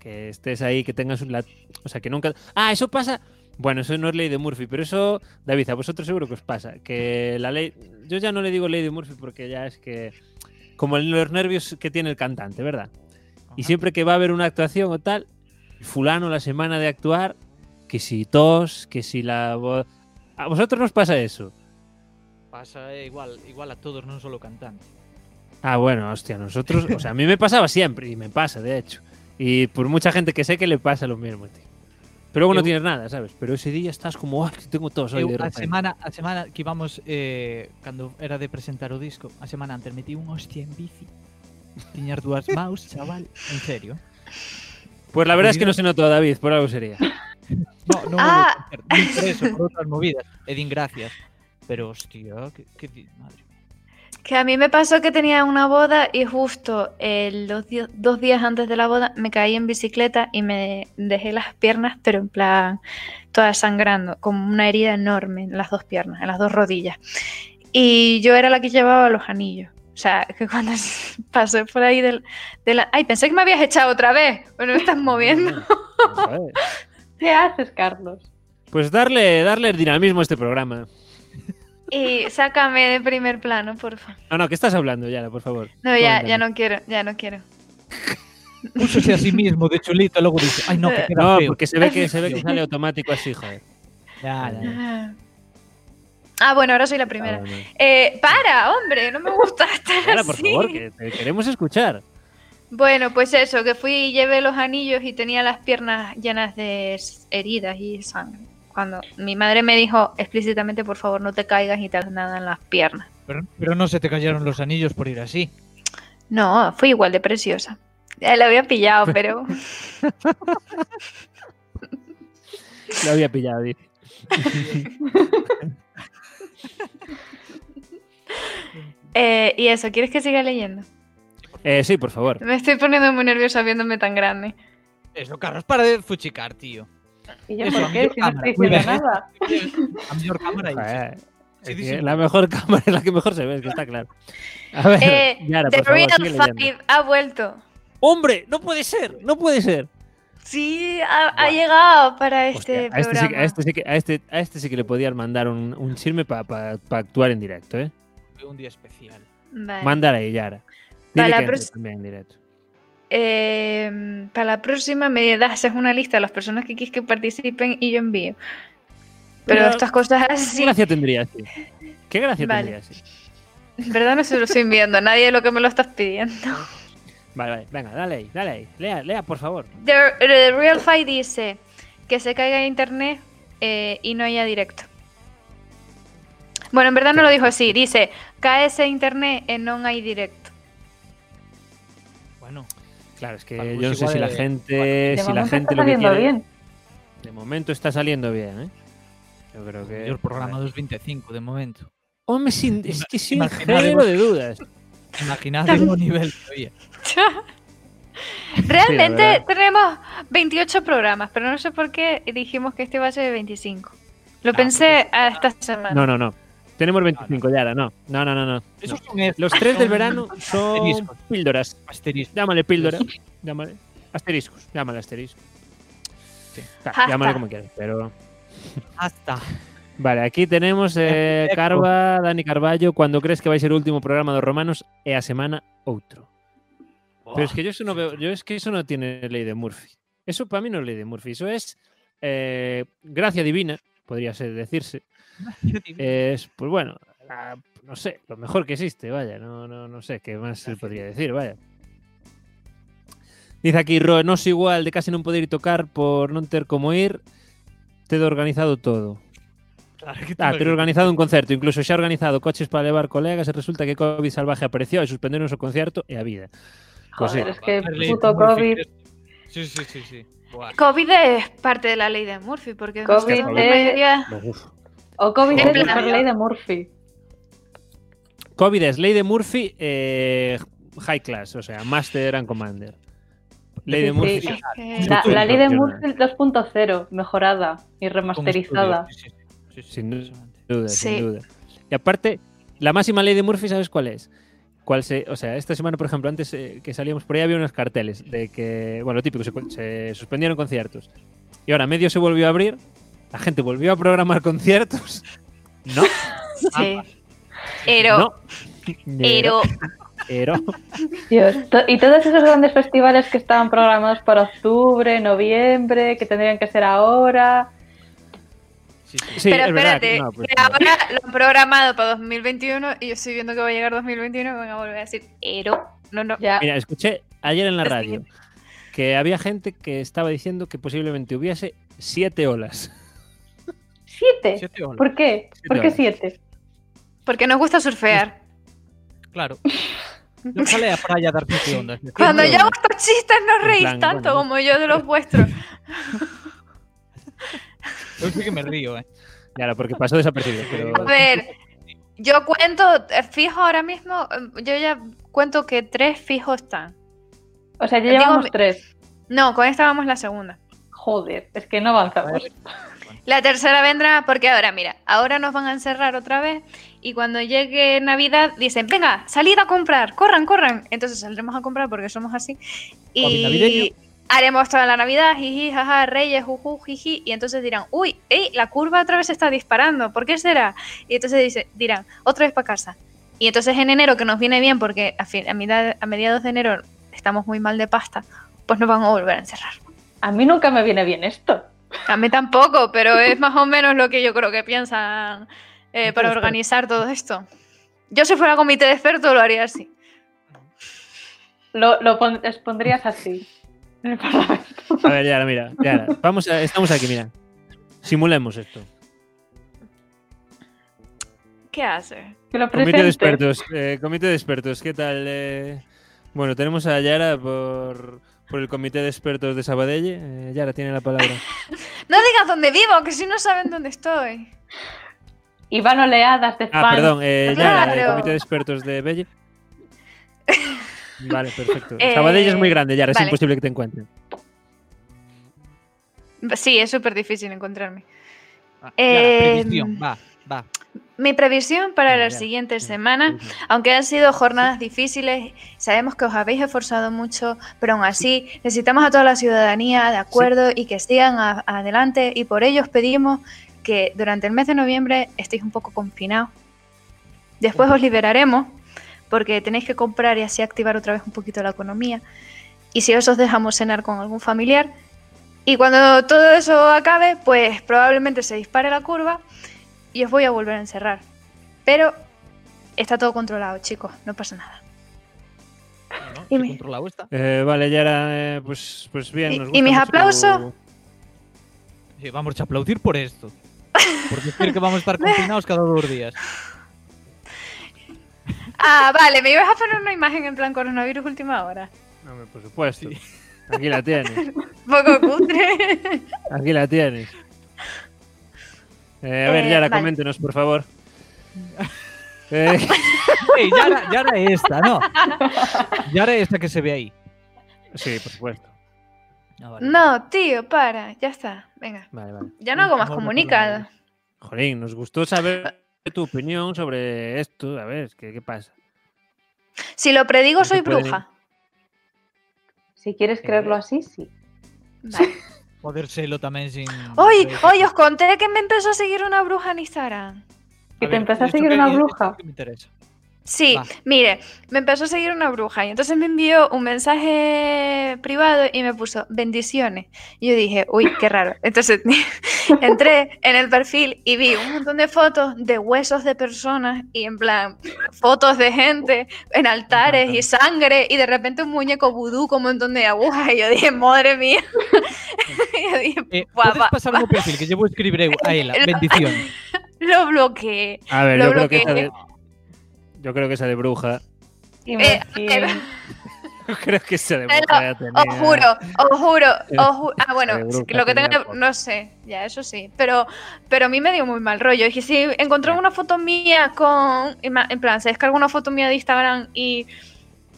Que estés ahí, que tengas un lat... O sea, que nunca... Ah, eso pasa... Bueno, eso no es ley de Murphy, pero eso, David, a vosotros seguro que os pasa. Que la ley... Yo ya no le digo ley de Murphy porque ya es que... Como los nervios que tiene el cantante, ¿verdad? Y siempre que va a haber una actuación o tal, fulano la semana de actuar, que si tos, que si la voz... A vosotros nos pasa eso. Pasa eh, igual, igual a todos, no solo cantantes. Ah, bueno, hostia, nosotros... O sea, a mí me pasaba siempre y me pasa, de hecho. Y por mucha gente que sé que le pasa lo mismo, tío. Pero luego no Eu- tienes nada, ¿sabes? Pero ese día estás como, ah, que tengo tos hoy Eu, de a repente". semana a semana que íbamos eh, cando era de presentar o disco, a semana antes metí un hostia en bici. Tiñas dúas maus, chaval, en serio. Pues la verdad es que no se notó, David, por algo sería. No, non Ah. o vou coñecer, nin por eso, por outras movidas. E din gracias. Pero hostia, que, que di, madre mía. Que a mí me pasó que tenía una boda y justo el dos, di- dos días antes de la boda me caí en bicicleta y me dejé las piernas, pero en plan todas sangrando, como una herida enorme en las dos piernas, en las dos rodillas. Y yo era la que llevaba los anillos. O sea, que cuando <laughs> pasé por ahí del, de la... ¡Ay, pensé que me habías echado otra vez! Bueno, me estás <laughs> <laughs> moviendo. Vamos Pues a ver. ¿Qué haces, Carlos? Pues darle, darle el dinamismo a este programa. Y sácame de primer plano, por favor. No, no, ¿qué estás hablando, Yara, por favor? No, ya, Coméntame. ya no quiero, ya no quiero. Púsose a sí mismo de chulito, e luego dice, ay no, que queda No, feo". porque se ve que se ve que sale automático así, joder. Ya, ya, ya. Ah, bueno, ahora soy la primera. Ah, bueno. Eh, para, hombre, no me <laughs> gusta estar Yara, así. <laughs> por favor, que te queremos escuchar. Bueno, pues eso, que fui y llevé los anillos y tenía las piernas llenas de s- heridas y sangre. Cuando mi madre me dijo explícitamente, por favor, no te caigas y te hagas nada en las piernas. Pero, pero no se te cayeron los anillos por ir así. No, fui igual de preciosa. Ya la había <laughs> pillado, pero Lo había pillado, dice. Eh, y eso, ¿quieres que siga leyendo? Eh, sí, por favor. Me estoy poniendo muy nerviosa viéndome tan grande. Eso, Carlos, para de fuchicar, tío. ¿Y yo Eso, por qué? Si ah, no cámara. estoy Muy diciendo bien. nada. A mejor cámara y Joder, Sí, es sí, que sí. La mejor <laughs> cámara es la que mejor se ve, es que está claro. A ver, Eh, <laughs> Yara, The por favor, Real sigue leyendo. Five ha vuelto. ¡Hombre! ¡No puede ser! ¡No puede ser! Sí, ha, ha Guau. llegado para este Hostia, a, este sí, que- programa. a este sí que, a, este, a este sí que le podían mandar un, un chisme para actuar en directo, ¿eh? sí, un día especial. Vale. Mándala ahí, Yara. Dile Para la que entre prox- también en <laughs> directo. Eh, para la próxima me das una lista de las personas que quieres que participen y yo envío. Pero Pero- estas <laughs> cosas ¿Qué así, gracia tendría así? ¿Qué gracia Vale. tendría así? en verdad no se lo estoy enviando a nadie lo que me lo estás pidiendo. Vale, vale, venga, dale ahí, dale ahí. Lea, lea, por favor. <laughs> The, The Real Fight dice que se caiga internet eh, y no haya directo. Bueno, en verdad no lo dijo así, dice caese internet e non hai directo. Bueno, Claro, es que Vale, pues yo no sé igual si la de- gente, De Eh, si la momento gente está lo que saliendo quiere. bien. De momento está saliendo bien, ¿eh? Yo creo que. el programa 225 de momento. Hombre, sin, es que sin Imaginad- género de dudas. Imaginad el nivel que había. Realmente verdad. tenemos 28 programas, pero no sé por qué dijimos que este va a ser de 25. Lo Ah, pensé a esta semana. No, no, no. Tenemos 25, Yara, no. No, no, no, no. Esos No. son estos, Los tres del son verano son Asteriscos. píldoras. asteriscos. Llámale píldora. Llámale. Asteriscos. Llámale asterisco. Sí. Ta- Hashtag. Llámalo como quieras, pero. Hasta. Vale, aquí tenemos eh, Perfecto. Carva, Dani Carballo. Cuando crees que vai ser o último programa dos romanos e a semana outro. Pero es que yo eso no veo, yo es que eso no tiene ley de Murphy. Eso para mí no es ley de Murphy, eso es eh, gracia divina, podría ser decirse. Es, pues bueno, la- no sé, lo mejor que existe, vaya, no, no, no sé qué más se podría decir, vaya. Dice aquí, Ro, no es igual de casi no poder ir tocar por no ter como ir, te he organizado todo. Claro que Ah, te ter lo- organizado un concerto, incluso xa organizado coches para levar colegas e resulta que COVID salvaje apareceu e suspenderon o concierto e a vida. Pois sí. Joder, es que Darle puto Murphy, COVID. Sí, sí, sí, sí. Buah. COVID es parte de la ley de Murphy, porque COVID justo la es- mayoría- O COVID En es plan- por ley de Murphy. COVID es Ley de Murphy eh, High Class, o sea, Master and Commander. Ley de Sí, Murphy. sí. es que- Sí, La, sí. la ley de Yo no. Murphy 2.0, mejorada y Con remasterizada. estudios, sí, sí, sí, sí, Sin duda. impresionante. Sin duda, Sí. sin duda. Y aparte, la máxima ley de Murphy, ¿sabes cuál es? Cuál se, o sea, esta semana, por ejemplo, antes eh, que salíamos por ahí había unos carteles de que, bueno, lo típico, se, se suspendieron conciertos. Y ahora medio se volvió a abrir, la gente volvió a programar conciertos. <laughs> No, sí. Pero, no. eh, pero, Pero, Dios, to- Y todos esos grandes festivales que estaban programados para octubre, noviembre, que tendrían que ser ahora. Sí, sí. sí, pero es verdad espérate, que- no, pues que no. ahora lo han programado para 2021 y yo estoy viendo que va a llegar 2021 y van a volver a decir, pero, no, no. Ya. Mira, escuché ayer en la Sí. radio que había gente que estaba diciendo que posiblemente hubiese siete olas. ¿Siete? Siete olas. ¿Por qué? ¿Por qué horas. siete? Porque nos gusta surfear. Claro. Yo sale a playa a dar siete ondas. Cuando Siete yo hago olas. estos chistes no En reís plan, tanto bueno. como yo de los vuestros. Yo sí que me río, ¿eh? Claro, porque pasó desapercibido. Pero... A ver, Yo cuento, eh, fijo ahora mismo, eh, yo ya cuento que tres fijos están. O sea, ya Digo, llevamos me- tres. No, con esta vamos la segunda. Joder, es que no avanzamos. La tercera vendrá porque ahora, mira, ahora nos van a encerrar otra vez y cuando llegue Navidad dicen, venga, salid a comprar, corran, corran. Entonces saldremos a comprar porque somos así. Covid Y navideño. haremos toda la Navidad, jiji, jaja, reyes, juju, jiji. Y entonces dirán, uy, ey, la curva otra vez se está disparando, ¿por qué será? Y entonces dice, dirán, otra vez para casa. Y entonces en enero, que nos viene bien porque a, fin- a mitad- a mediados de enero estamos muy mal de pasta, pues nos van a volver a encerrar. A mí nunca me viene bien esto. A mí tampoco, pero es más o menos lo que yo creo que piensan eh, para Entonces, organizar todo esto. Yo si fuera comité de expertos lo haría así. Lo, lo pon- les pondrías así. <laughs> En el Parlamento. A ver, Yara, mira, Yara, vamos a- estamos aquí, mira. Simulemos esto. ¿Qué hace? Que lo Comité de presente. expertos, eh, comité de expertos, ¿qué tal? eh? Bueno, tenemos a Yara por, por el comité de expertos de Sabadell. Eh, Yara tiene la palabra. No digas dónde vivo, que si no saben dónde estoy. Y van oleadas de Ah, fans. perdón, eh, Yara, el Claro. comité de expertos de <laughs> Belle. Vale, perfecto. Eh, Sabadell es muy grande, Yara, es vale. imposible que te encuentren. Sí, es súper difícil encontrarme. Ah, Yara, Eh, previsión, va, va. Mi previsión para Venga, las ya. siguientes semanas, aunque han sido jornadas difíciles, sabemos que os habéis esforzado mucho, pero aún así necesitamos a toda la ciudadanía de acuerdo y que sigan a- adelante y por ello os pedimos que durante el mes de noviembre estéis un poco confinados. Después os liberaremos porque tenéis que comprar y así activar otra vez un poquito la economía. Y si eso os dejamos cenar con algún familiar. Y cuando todo eso acabe, pues probablemente se dispare la curva y os voy a volver a encerrar. Pero está todo controlado, chicos, no pasa nada. No, no, y se mi- controlado está. Eh, vale, Yara, eh, pues, pues bien. ¿Y- nos y gusta mis mucho- aplausos? Sí, vamos a aplaudir por esto. Por decir que vamos a estar confinados cada dos días. Ah, vale, me ibas a poner una imagen en plan coronavirus última hora. Hombre, por supuesto. Aquí la tienes. Poco cutre. <laughs> Aquí la tienes. Eh, a ver, Eh, Yara, vale. coméntenos, por <laughs> favor. Eh, Ey, Yara, Yara esta, ¿no? Yara esta que se ve ahí. sí, por supuesto. Ah, vale. No, tío, para, ya está. Venga, Vale, vale. ya no hago más Mejor no comunicado. Jolín, nos gustó saber tu opinión sobre esto. A ver, ¿qué, qué pasa? Si lo predigo, No se soy puede. bruja. Si quieres creerlo así, sí. Vale. Poder serlo también sin. Hoy, sin- hoy os conté que me empezó a seguir una bruja en Instagram. Que A te ver, empezó a esto seguir que- una esto bruja. que me interesa. Sí, Va. mire, me empezó a seguir una bruja y entonces me envió un mensaje privado y me puso bendiciones. Y yo dije, uy, qué raro. Entonces <laughs> entré en el perfil y vi un montón de fotos de huesos de personas y en plan fotos de gente en altares y sangre y de repente un muñeco vudú con un montón de agujas y yo dije, madre mía. <laughs> Y yo dije, Eh, Guau, ¿Puedes va- pasar un perfil que llevo escribir <laughs> a ella? Bendición. lo bloqueé. A ver, Lo yo creo que esa bloqueé. de. Yo creo que esa de bruja. <laughs> Y Eh, Martín, eh, Yo creo que esa de Pero, bruja. ya Os tenía- juro, os juro, os ju- Ah, bueno, Ay, bruja, lo que tenía tenga, foto. no sé, ya, eso sí. Pero, pero a mí me dio muy mal rollo. Dije, si encontró una foto mía con. En plan, se descarga una foto mía de Instagram y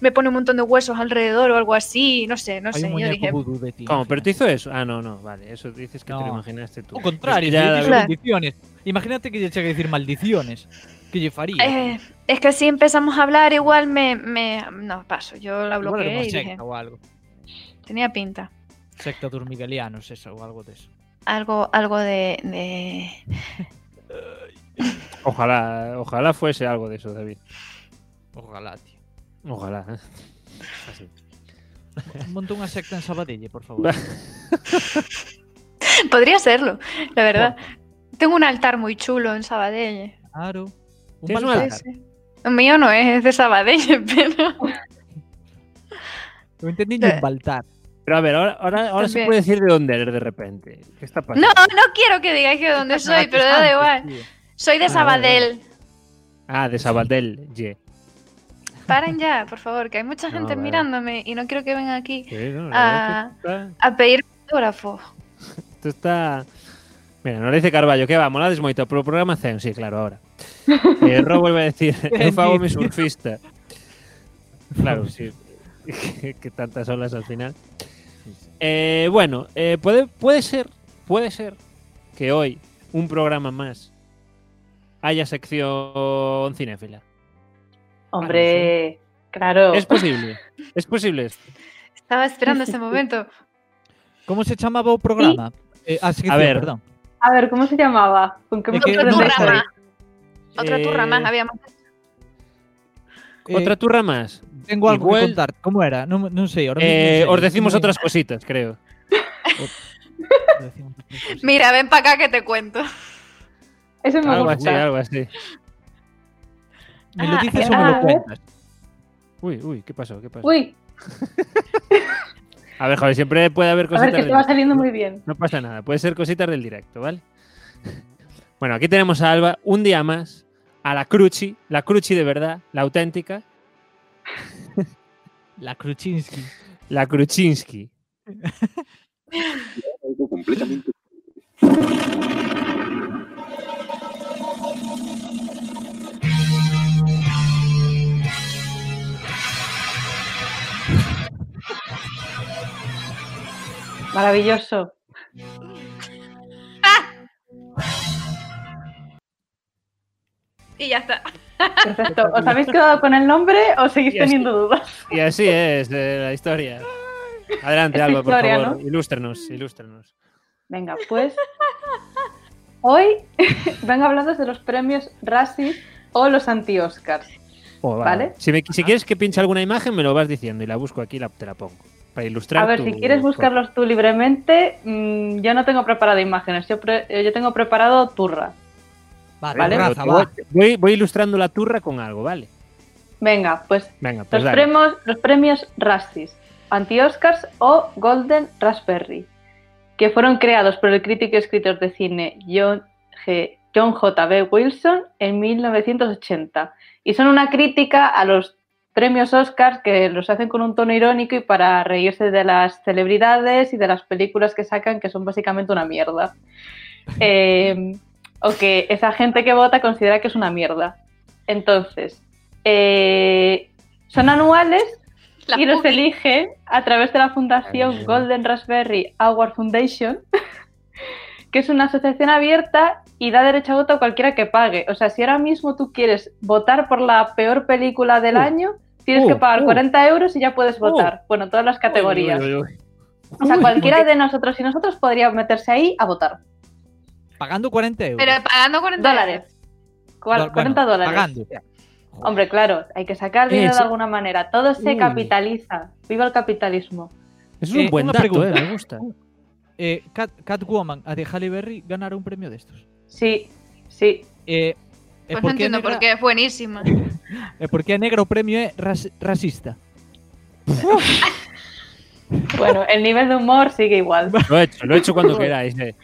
me pone un montón de huesos alrededor o algo así, no sé, no Hay sé. un Yo muñeco dije, vudú de ti. ¿Cómo? ¿Pero te imagínate. hizo eso? Ah, no, no, vale. Eso dices que te lo No. imaginaste tú. Al contrario, Es yo que ya digo la- Claro. bendiciones. Imagínate que yo llegue a decir maldiciones. Que yo faría. eh, es que si empezamos a hablar, igual me. me no, paso. Yo la Igual era bloqueé una y dije, secta o algo. tenía pinta. Secta de los miguelianos, eso, o algo de eso. Algo, algo de- de, <laughs> Ojalá, ojalá fuese algo de eso, David. Ojalá, tío. Ojalá. ¿eh? Así. Monta una secta en Sabadell, por <laughs> favor. Podría serlo, la verdad. Tengo un altar muy chulo en Sabadell. Claro. Un ¿Tienes un altar. Sí, sí. El mío no es, es de Sabadell, <laughs> pero. Lo entendí Eh. un baltar. Pero a ver, ahora, ahora, ahora se También. puede decir de dónde eres de repente. ¿Qué está No, pasando? no quiero que digáis que dónde soy, pero da igual. Soy de Vale, Sabadell. Ah, de Sabadell, ye. Paren ya, por favor, que hay mucha No, gente vale. mirándame y no quiero que vengan aquí Sí, no, Ah. la verdad es que a pedir autógrafo. <laughs> está- Esto está... Mira, no le dice Carballo, que va, molades moito, pro programa Zen, sí, claro, ahora. Eh, Ro vuelve a decir, no fago mi Bendito. surfista. Claro, <laughs> sí. <laughs> que, que tantas olas al final. Eh, bueno, eh, puede, puede ser, puede ser que hoy, un programa más, haya sección cinéfila. Hombre, Oh. claro. Es posible, es posible. Estaba esperando ese momento. ¿Cómo se llamaba o programa? Eh, a sección, ver. perdón. A ver, ¿cómo se llamaba? ¿Con qué ¿De me qué? Otra no sorprendéis sé. turra más. <laughs> Otra hoy? turra Eh, más habíamos Eh, Otra turra más. tengo algo igual- que contar. ¿Cómo era? No, no sé. Ahora mismo Eh, no sé. os decimos No- otras cositas, creo. os decimos otras cosas. Mira, ven para acá que te cuento. <laughs> Eso <laughs> me Algo así, gusta. algo así. ¿Me lo Ah, dices eh, o me ah, lo cuentas? Uy, uy, ¿qué pasó? ¿Qué pasó? Uy, A ver, joder, siempre puede haber a cositas. ver, que te del- va saliendo muy bien. No pasa nada, puede ser cositas del directo, ¿vale? <laughs> Bueno, aquí tenemos a Alba un día más, a la Cruci, la Cruci de verdad, la auténtica, La Kruczynski. la Kruczynski. algo completamente Maravilloso. Y ya está. Perfecto. ¿Os habéis quedado con el nombre o seguís Ya está. teniendo dudas? Y así es eh, la historia. Adelante, Esta Alba, por historia, favor, ¿no? ilústranos, ilústranos. Venga, pues. Hoy <laughs> vengo a hablaros de los premios Razzies o los anti-Oscars. Oh, Vale. Si, me- si quieres que pinche alguna imagen, me lo vas diciendo y la busco aquí y la, te la pongo. Para ilustrar. A ver, tu- si quieres buscarlos tú libremente, mm, yo no tengo preparado imágenes, yo, pre- eh, yo tengo preparado turra. Vale, Vale. Pero raza, te voy, va. voy- voy ilustrando la turra con algo, ¿vale? Venga, pues Venga, pues los dale. premios, los premios Razzies, anti-Oscars o Golden Raspberry, que fueron creados por el crítico y escritor de cine John G. John J.B. Wilson en 1980. Y son una crítica a los premios Oscars que los hacen con un tono irónico y para reírse de las celebridades y de las películas que sacan, que son básicamente <laughs> una mierda. Eh, o que esa gente que vota considera que es una mierda. Entonces, eh, son anuales La y los publi. eligen a través de la Ay, Fundación Dios. Golden Raspberry Award Foundation, <laughs> que es una asociación abierta y da derecho a voto a cualquiera que pague. O sea, si ahora mismo tú quieres votar por la peor película del Uh, año, tienes uh, que pagar uh. 40 euros y ya puedes votar. bueno, todas las categorías. Uy, uy, uy, uy. O sea, Uy, cualquiera de nosotros y nosotros podría meterse ahí a votar. Pagando 40 euros. Pero pagando 40 Dólares. Cuar- Bueno, 40 dólares. Pagando. Hombre, claro, hay que sacar dinero Eh, sí. de alguna manera. Todo se Uy. capitaliza. Viva el capitalismo. Es un Eh, buen una dato, pregunta. eh, me gusta. Eh, Cat- Catwoman, a de Halle Berry, ganará un premio de estos. Sí, sí. Eh, eh, Pues no entiendo negra- por qué, es buenísima. eh, por qué negro premio é ras- racista. Bueno, el nivel de humor sigue igual. Lo he hecho, lo he hecho cuando queráis. eh.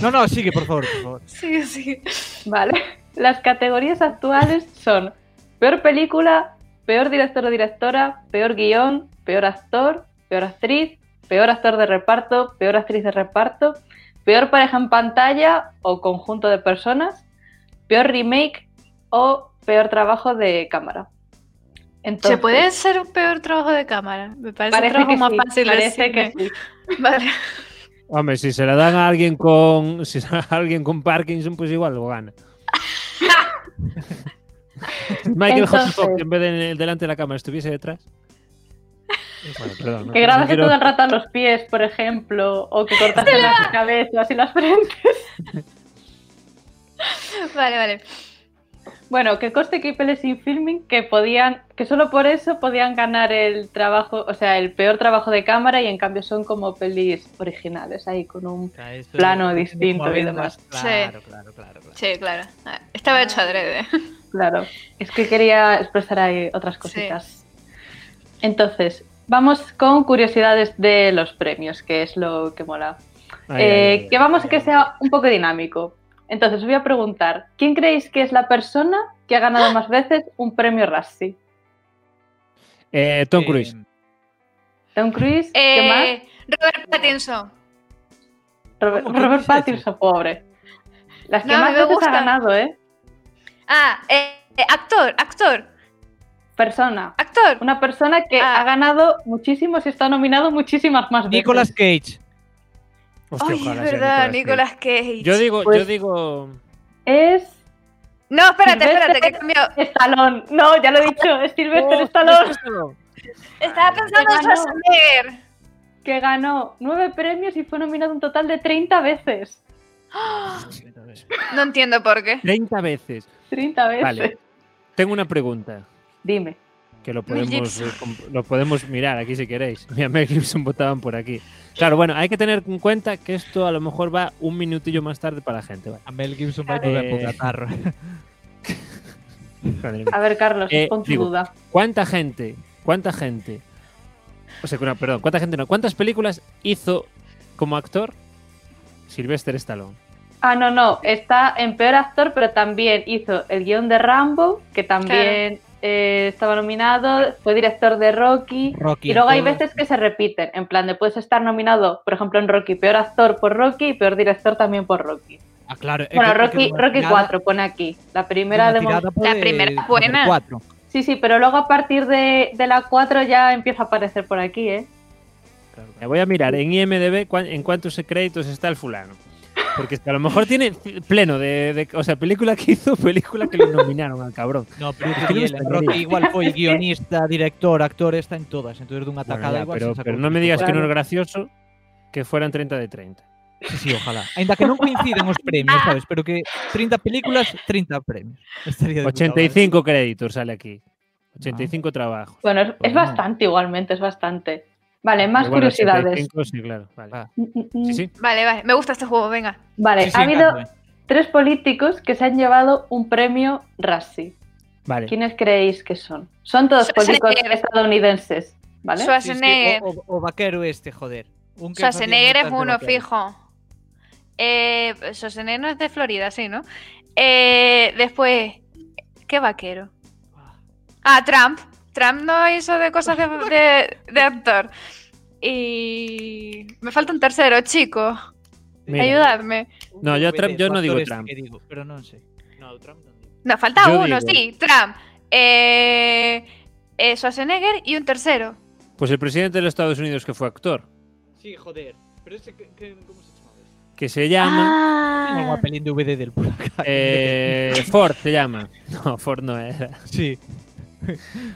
No, no, sigue, por favor. por favor. Sí, sí. Vale. Las categorías actuales son peor película, peor director o directora, peor guión, peor actor, peor actriz, peor actor de reparto, peor actriz de reparto, peor pareja en pantalla o conjunto de personas, peor remake o peor trabajo de cámara. ¿Se Entonces, puede hacer un peor trabajo de cámara? Me parece, un Parece trabajo que más sí, fácil. de parece que cine. sí. <laughs> Vale. Hombre, si se la dan a alguien con. Si se la dan a alguien con Parkinson, pues igual lo gana. Si Michael J. Entonces- Fox, en vez de en el- delante de la cámara, estuviese detrás. Bueno, perdón. no- Que no grabase quiero- todo el rato a los pies, por ejemplo, o que cortase las cabezas y las frentes. Vale, vale. Bueno, que coste que hay pelis sin filming que podían, que solo por eso podían ganar el trabajo, o sea, el peor trabajo de cámara y en cambio son como pelis originales ahí con un Plano distinto y demás. Claro, claro, claro. claro. Sí, claro. Ah, Estaba hecho <laughs> adrede. claro. Es que quería expresar ahí otras cositas. Entonces, vamos con curiosidades de los premios, que es lo que mola. Ay, Eh, ay, ay, que ay. vamos a que sea un poco dinámico. Entonces, os voy a preguntar, ¿quién creéis que es la persona que ha ganado más veces un premio Razzie? Eh, Tom Cruise. Eh, Tom Cruise, ¿qué más? Eh, Robert Pattinson. Robert, ¿Cómo? ¿Qué Robert dices? Pattinson, pobre. Las que No, a más mí me veces gusta. ha ganado, ¿eh? Ah, eh, eh, actor, actor, Persona. actor. Una persona que Ah. ha ganado muchísimos y está nominado muchísimas más veces. Nicolas Cage. Hostia, Ay, ojalá es sea verdad, Nicolas Nicolas Cage. Cage. Yo digo, yo Pues- digo. Es No, espérate, Sylvester- espérate, que he cambiado. Stallone. No, ya lo he dicho, es Sylvester ¡Oh, Stallone. Stallone! Estaba pensando en ganó. Schwarzenegger. Que ganó nueve premios y fue nominado un total de 30 veces. No entiendo por qué. 30 veces. 30 veces. Vale. Tengo una pregunta. Dime. Que lo Mel podemos, Gibson. eh, comp- lo podemos mirar aquí si queréis. <laughs> Mira, Mel Gibson votaban por aquí. Claro, bueno, hay que tener en cuenta que esto a lo mejor va un minutillo más tarde para la gente. Vale. A Mel Gibson va a Claro. ir por catarro. Madre mía. A ver, Carlos, Eh, pon tu digo, duda. <laughs> ¿Cuánta gente? ¿Cuánta gente? O sea, que no, perdón, ¿cuánta gente no? ¿Cuántas películas hizo como actor Sylvester Stallone? Ah, no, no. Está en peor actor, pero también hizo el guión de Rambo, que también eh, estaba nominado. Fue director de Rocky. Rocky. Y luego hay todo. veces que se repiten, en plan de puedes estar nominado, por ejemplo, en Rocky, peor actor por Rocky y peor director también por Rocky. Ah, claro. es Bueno, que- es que Rocky, una Rocky tirada- 4 pone aquí, la primera una de momento. tirada pues, La puede- primera es puede buena. ser cuatro. Sí, sí, pero luego a partir de, de la 4 ya empieza a aparecer por aquí, ¿eh? Me voy a mirar en IMDB cuán- en cuántos créditos está el fulano. Porque es que a lo mejor tiene pleno de, de- O sea, película que hizo, película que le nominaron al cabrón. No, pero que no el está Rocky mal. igual fue guionista, director, actor, está en todas. Entonces de un Bueno, atacado ya, igual se pero, sacó pero un no me pico. digas que no Claro. es gracioso que fueran 30 de 30. Sí, sí, ojalá. Ainda que non coincidan os premios, Ah. sabes? Pero que 30 películas, 30 premios. Estaría de <laughs> puta madre. 85 créditos sale aquí. 85 trabajos. Bueno, es, es Pues no. Pues bastante igualmente, es bastante. Vale, más Pero bueno, curiosidades. 85, sí, claro. vale. Ah, Mm, mm, mm. Sí, sí. Vale, vale, me gusta este juego, venga. Vale, Sí, sí, ha habido claro, eh. tres políticos que se han llevado un premio Razzie. Vale. ¿Quiénes creéis que son? Son todos políticos Schwarzenegger. estadounidenses, ¿vale? Sí, sí, oh, Schwarzenegger. o, o- o vaquero este, joder. Un que Schwarzenegger hacía es muertas de uno vaquero. fijo. Eh, Schwarzenegger no es de Florida, sí, ¿no? Eh, después, ¿qué vaquero? Ah, Trump. Trump no hizo de <laughs> cosas de, de- de actor. Y me falta un tercero, chico. Mira. Ayudadme. No, yo VD, Trump- yo no factor digo este Trump. que digo, pero non sei. No, Trump non digo. No, falta Yo uno, digo- sí, Trump. Eh, eh, Schwarzenegger y un tercero. Pues el presidente de los Estados Unidos que fue actor, Sí, joder. Pero ese que, que como se chamaba? ese? que se llama Ah, Tiña unha pelín de VD del puro Ah. acá. <laughs> eh, Ford, se llama. No, Ford no era. Sí.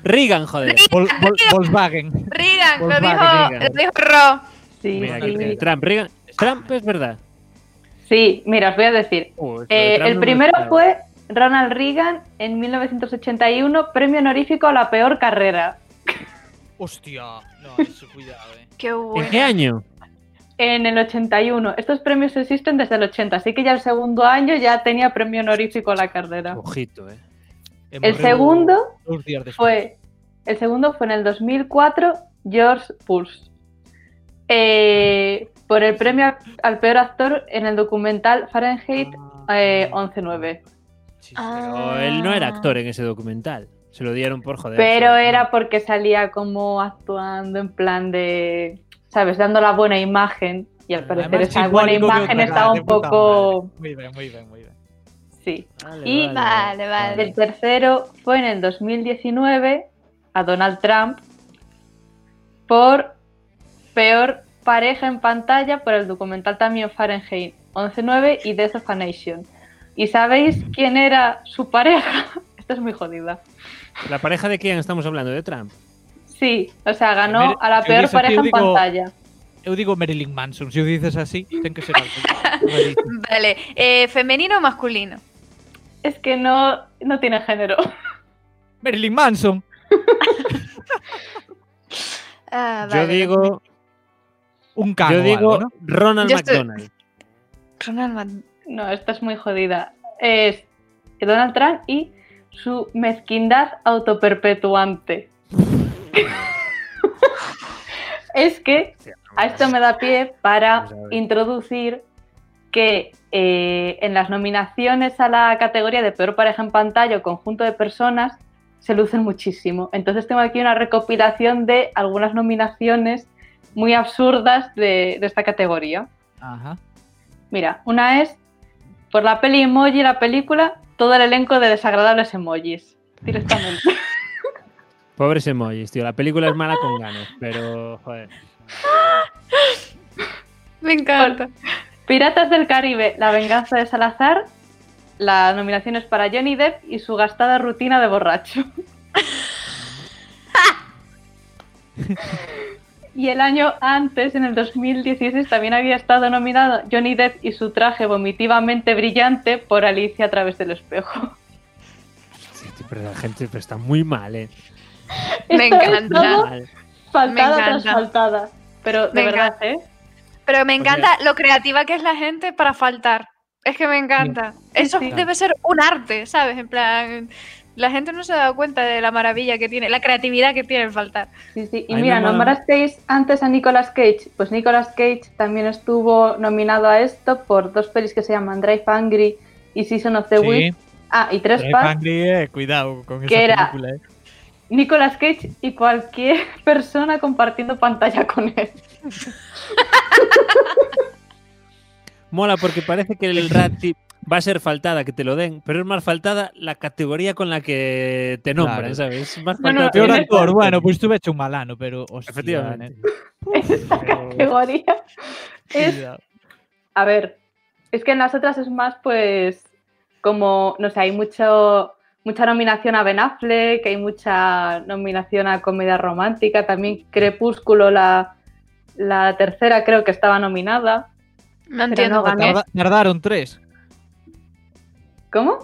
Reagan, joder. <laughs> Vol- vol- Volkswagen. Reagan, lo Volkswagen, Pues dijo, Reagan. lo dijo Ro. Sí, Mira, aquí sí. tiene. Trump, Reagan. Trump es verdad. Sí, mira, os voy a decir. Oh, esto de Eh, Trump el no me primero esperaba. fue Ronald Reagan en 1981, premio honorífico a la peor carrera. Hostia. No, eso, cuidado, eh. Qué ¿En qué bueno. año? En el 81. Estos premios existen desde el 80, así que ya el segundo año ya tenía premio honorífico a la carrera. Ojito, eh. E El morreu segundo dous días despois. fue el segundo fue en el 2004 George Pulse Eh, por el premio al- al peor actor en el documental Fahrenheit Ah. eh, 11-9. Sí, sí. Ah. Pero él no era actor en ese documental. Se lo dieron por joder. Ah. Pero ¿sabes? era porque salía como actuando en plan de, ¿sabes? Dando la buena imagen. Y al parecer Además, esa simbólico buena que imagen otra, estaba de un puta poco... madre. Muy bien, muy bien, muy bien. Sí. Vale, y- Vale, vale. El tercero fue en el 2019 a Donald Trump por peor pareja en pantalla por el documental también Fahrenheit 11.9 y Death of a Nation. ¿Y sabéis quién era su pareja? <laughs> Esto es muy jodida. ¿La pareja de quién estamos hablando? ¿De Trump? Sí, o sea, A ver, ganó a la yo peor hubiese sido, pareja en digo, pantalla. Eu digo Marilyn Manson, se o dices así, ten que ser algo. <laughs> <laughs> rarísimo. Vale, eh, femenino o masculino. Es que no, no tiene género. Marilyn Manson. Ah, yo vale. digo, Un cago yo digo algo, ¿no? Ronald Yo estoy- McDonald. Ronald Mc- No, esta es muy jodida. Es Donald Trump y su mezquindad autoperpetuante. <laughs> es que a esto me da pie para Vamos a ver. introducir que eh, en las nominaciones a la categoría de peor pareja en pantalla o conjunto de personas se lucen muchísimo. Entonces tengo aquí una recopilación de algunas nominaciones muy absurdas de- de esta categoría. Ajá. Mira, una es por la peli emoji, la película, todo el elenco de desagradables emojis. Directamente. Pobres emojis, tío. La película es mala con ganas, pero joder. Me encanta. Piratas del Caribe, la venganza de Salazar. La nominación es para Johnny Depp y su gastada rutina de borracho. y el año antes, en el 2016, también había estado nominado Johnny Depp y su traje vomitivamente brillante por Alicia a través del espejo. Sí, tío, pero la gente pero está muy mal, eh. Me Esto es encanta. todo Mal. Faltada Me encanta. tras faltada. Pero de Me verdad, ¿eh? Pero me encanta lo creativa que es la gente para faltar. Es que me encanta. Eso sí. debe ser un arte, ¿sabes? En plan, la gente no se ha dado cuenta de la maravilla que tiene, la creatividad que tiene el faltar. Sí, sí. A Y mí me mira, mola nombrasteis antes a Nicolas Cage. Pues Nicolas Cage también estuvo nominado a esto por dos pelis que se llaman Drive Angry y Season of the Witch. Ah, y tres Drive Pass. Angry, eh, cuidado con esa Que era- película, eh. Nicolas Cage y cualquier <laughs> persona compartiendo pantalla con él. Mola porque parece que el Rati va a ser faltada, que te lo den, pero es más faltada la categoría con la que te nombran, Claro. ¿sabes? Es más No, no, faltada Peor en que- actor, bueno, pues tuve hecho un malano, pero hostia, Efectivamente. Categoría. nene, Es eh, cuidado. A ver, es que en las otras es más, pues, como, no sé, hay mucho, mucha nominación a Ben Affleck, hay mucha nominación a comedia romántica, también Crepúsculo, la, la tercera creo que estaba nominada. No entiendo no por qué. ganó. Tarda- tardaron tres. ¿Cómo?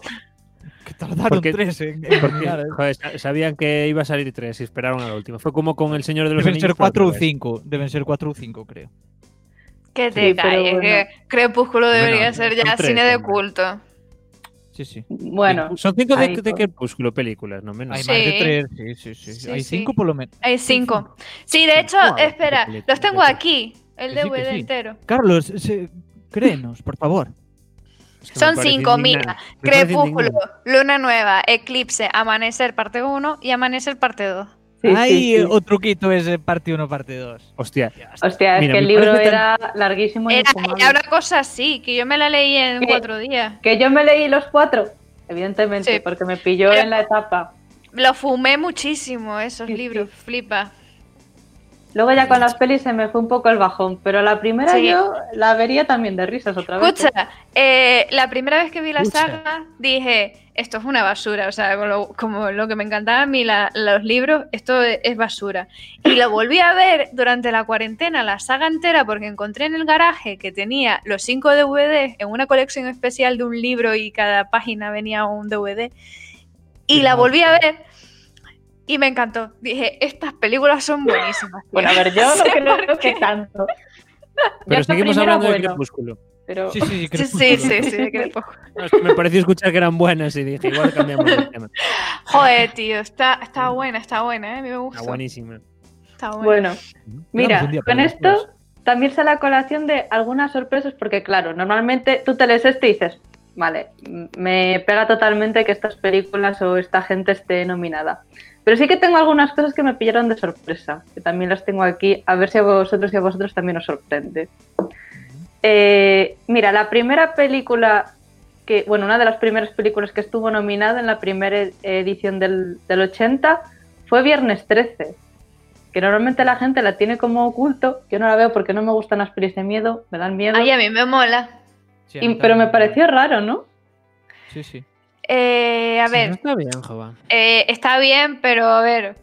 Que tardaron Porque- tres en, en Porque, mirar, eh. joder, sa- sabían que iba a salir tres y esperaron a la última. Fue como con El Señor de los Deben Anillos, ser pero al cuatro o revés. cinco. Deben ser cuatro o cinco, creo. Que te Sí, pero calles, que Crepúsculo Bueno, debería ser ya son tres cine de también. culto. Sí, sí. Bueno, Son cinco de, ahí, de pues. Crepúsculo películas, no menos. Hay Sí. más de tres. Sí, sí, sí. Sí, Hay sí. cinco por lo menos. Hay cinco. Sí, de Sí. hecho, Guau, espera, qué película, los tengo qué aquí, el Que sí, que DVD sí. entero. Carlos, se- créenos, por favor. Es que me Son parece cinco, indignante. Me parece Crepúsculo, indignante. Luna Nueva, Eclipse, Amanecer parte 1 y Amanecer parte 2. sí, Hay sí, sí. otro truquito ese parte uno, parte dos. Hostia, Hostia, es Mira, que el me libro parece era larguísimo y Era, infumable. era una cosa así, que yo me la leí en ¿Qué? cuatro días. Que yo me leí los cuatro, evidentemente, Sí. porque me pilló Pero- en la etapa. Lo fumé muchísimo esos Sí, sí. libros, flipa. Luego ya con las pelis se me fue un poco el bajón, pero la primera Sí. yo la vería también de risas otra vez. Escucha, eh, la primera vez que vi la Escucha. saga dije, esto es una basura, o sea, con lo- como lo que me encantaba a mí la- los libros, esto e- es basura. Y la volví a ver durante la cuarentena, la saga entera, porque encontré en el garaje que tenía los cinco DVDs en una colección especial de un libro y cada página venía un DVD. Y Qué la volví a maravilla. ver y me encantó. Dije, estas películas son buenísimas. tío". Bueno, a <laughs> <laughs> ver, yo no Sí, creo porque- que tanto. Yo pero la seguimos primera, hablando de bueno, Crepúsculo. Pero... Sí, sí, Sí, Crepúsculo. sí, sí, <laughs> sí, que poco. No, es que me pareció escuchar que eran buenas y dije, igual cambiamos de <laughs> tema. Joder, tío, está, está buena, está buena, ¿eh? A mí me Está gusta. buenísima. Está buena. Bueno, Vamos mira, un día con para esto también sale a colación de algunas sorpresas, porque claro, normalmente tú te lees esto y dices, vale, m- me pega totalmente que estas películas o esta gente esté nominada. Pero sí que tengo algunas cosas que me pillaron de sorpresa, que también las tengo aquí, a ver si a vosotros y a vosotros también os sorprende. Eh, mira, la primera película que, bueno, una de las primeras películas que estuvo nominada en la primera e- edición del, del 80 fue Viernes 13, que normalmente la gente la tiene como oculto, yo no la veo porque no me gustan las pelis de miedo, me dan miedo, Ay, a mí me mola. Sí, a Y- mí pero me también. pareció raro, ¿no? Sí, sí. Eh, a Sí, ver, no está bien, Jova. eh, está bien, pero a ver,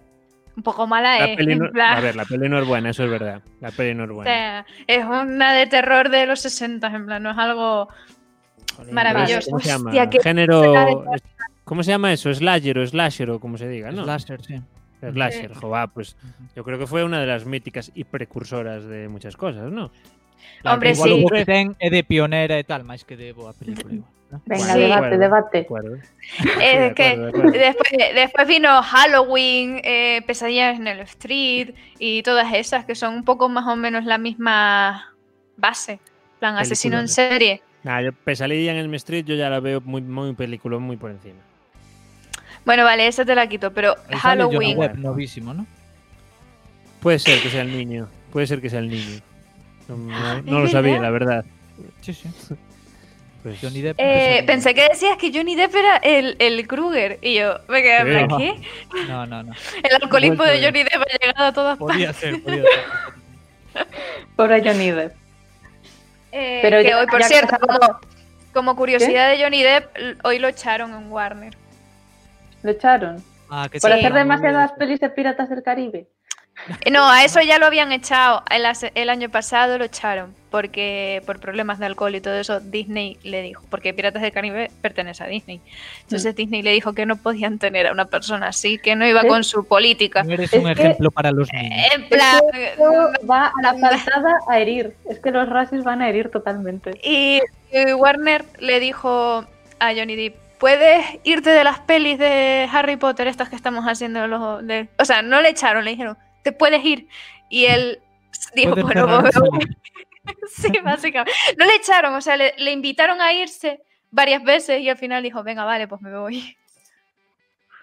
un poco mala La es. peli en no- plan, a ver, la peli no es buena, eso es verdad. La peli no es o buena. sea, es una de terror de los 60, en plan, no <laughs> es algo maravilloso. ¿Cómo se llama? Hostia, qué Género. de- ¿Cómo se llama eso? ¿Slasher o slasher o como se diga? ¿no? Slasher, sí. Slasher, jova, pues yo creo que fue una de las míticas y precursoras de muchas cosas, ¿no? Hombre, igual sí. o que ten é de pionera e tal, máis que de boa película. igual, ¿no? Venga, Sí. debate, Bueno, de debate. acuerdo. Eh, de es que acuerdo, de acuerdo. después, después vino Halloween, eh, Pesadillas en el Street y todas esas que son un poco más o menos la misma base. En plan, asesino en Peliculones. serie. Nah, yo Pesadilla en el Street yo ya la veo muy, muy película, muy por encima. Bueno, vale, esa te la quito, pero Aí sale Johnny Halloween. Depp novísimo, ¿no? Puede ser que sea el niño, puede ser que sea el niño. No, no- no lo Ah, verdad? sabía, la verdad. Sí, sí. Pues, Johnny Depp. Eh, presenta- pensé que decías que Johnny Depp era el, el Kruger y yo me quedé en Sí. plan, ¿qué? No, no, no. El alcoholismo Vuelta de de- Johnny Depp ha llegado a todas partes. Podía ser, podía <laughs> ser. Pobre Johnny Depp. Eh, Pero que ya- hoy, por ya que cierto, estamos- como, como curiosidad de Johnny Depp, l- hoy lo echaron en Warner. Lo echaron. Ah, que Por sí. hacer demasiadas Sí. pelis de piratas del Caribe. Eh, No, a eso ya lo habían echado. El, as- el año pasado lo echaron porque por problemas de alcohol y todo eso Disney le dijo, porque Piratas del Caribe pertenece a Disney. Mm. Entonces Disney le dijo que no podían tener a una persona así, que no iba ¿Eh? con su política. No eres Es un que- eh, ejemplo para los <laughs> niños. En plan, eh, Esto va a la faltada a herir. Es que los racis van a herir totalmente. Y, y Warner le dijo a Johnny Depp, puedes irte de las pelis de Harry Potter, estas que estamos haciendo los... De... O sea, no le echaron, le dijeron, te puedes ir. Y él dijo, Puedes bueno, cerrar pues esa me línea. voy". <laughs> sí, básicamente. No le echaron, o sea, le, le invitaron a irse varias veces y al final dijo, venga, vale, pues me voy.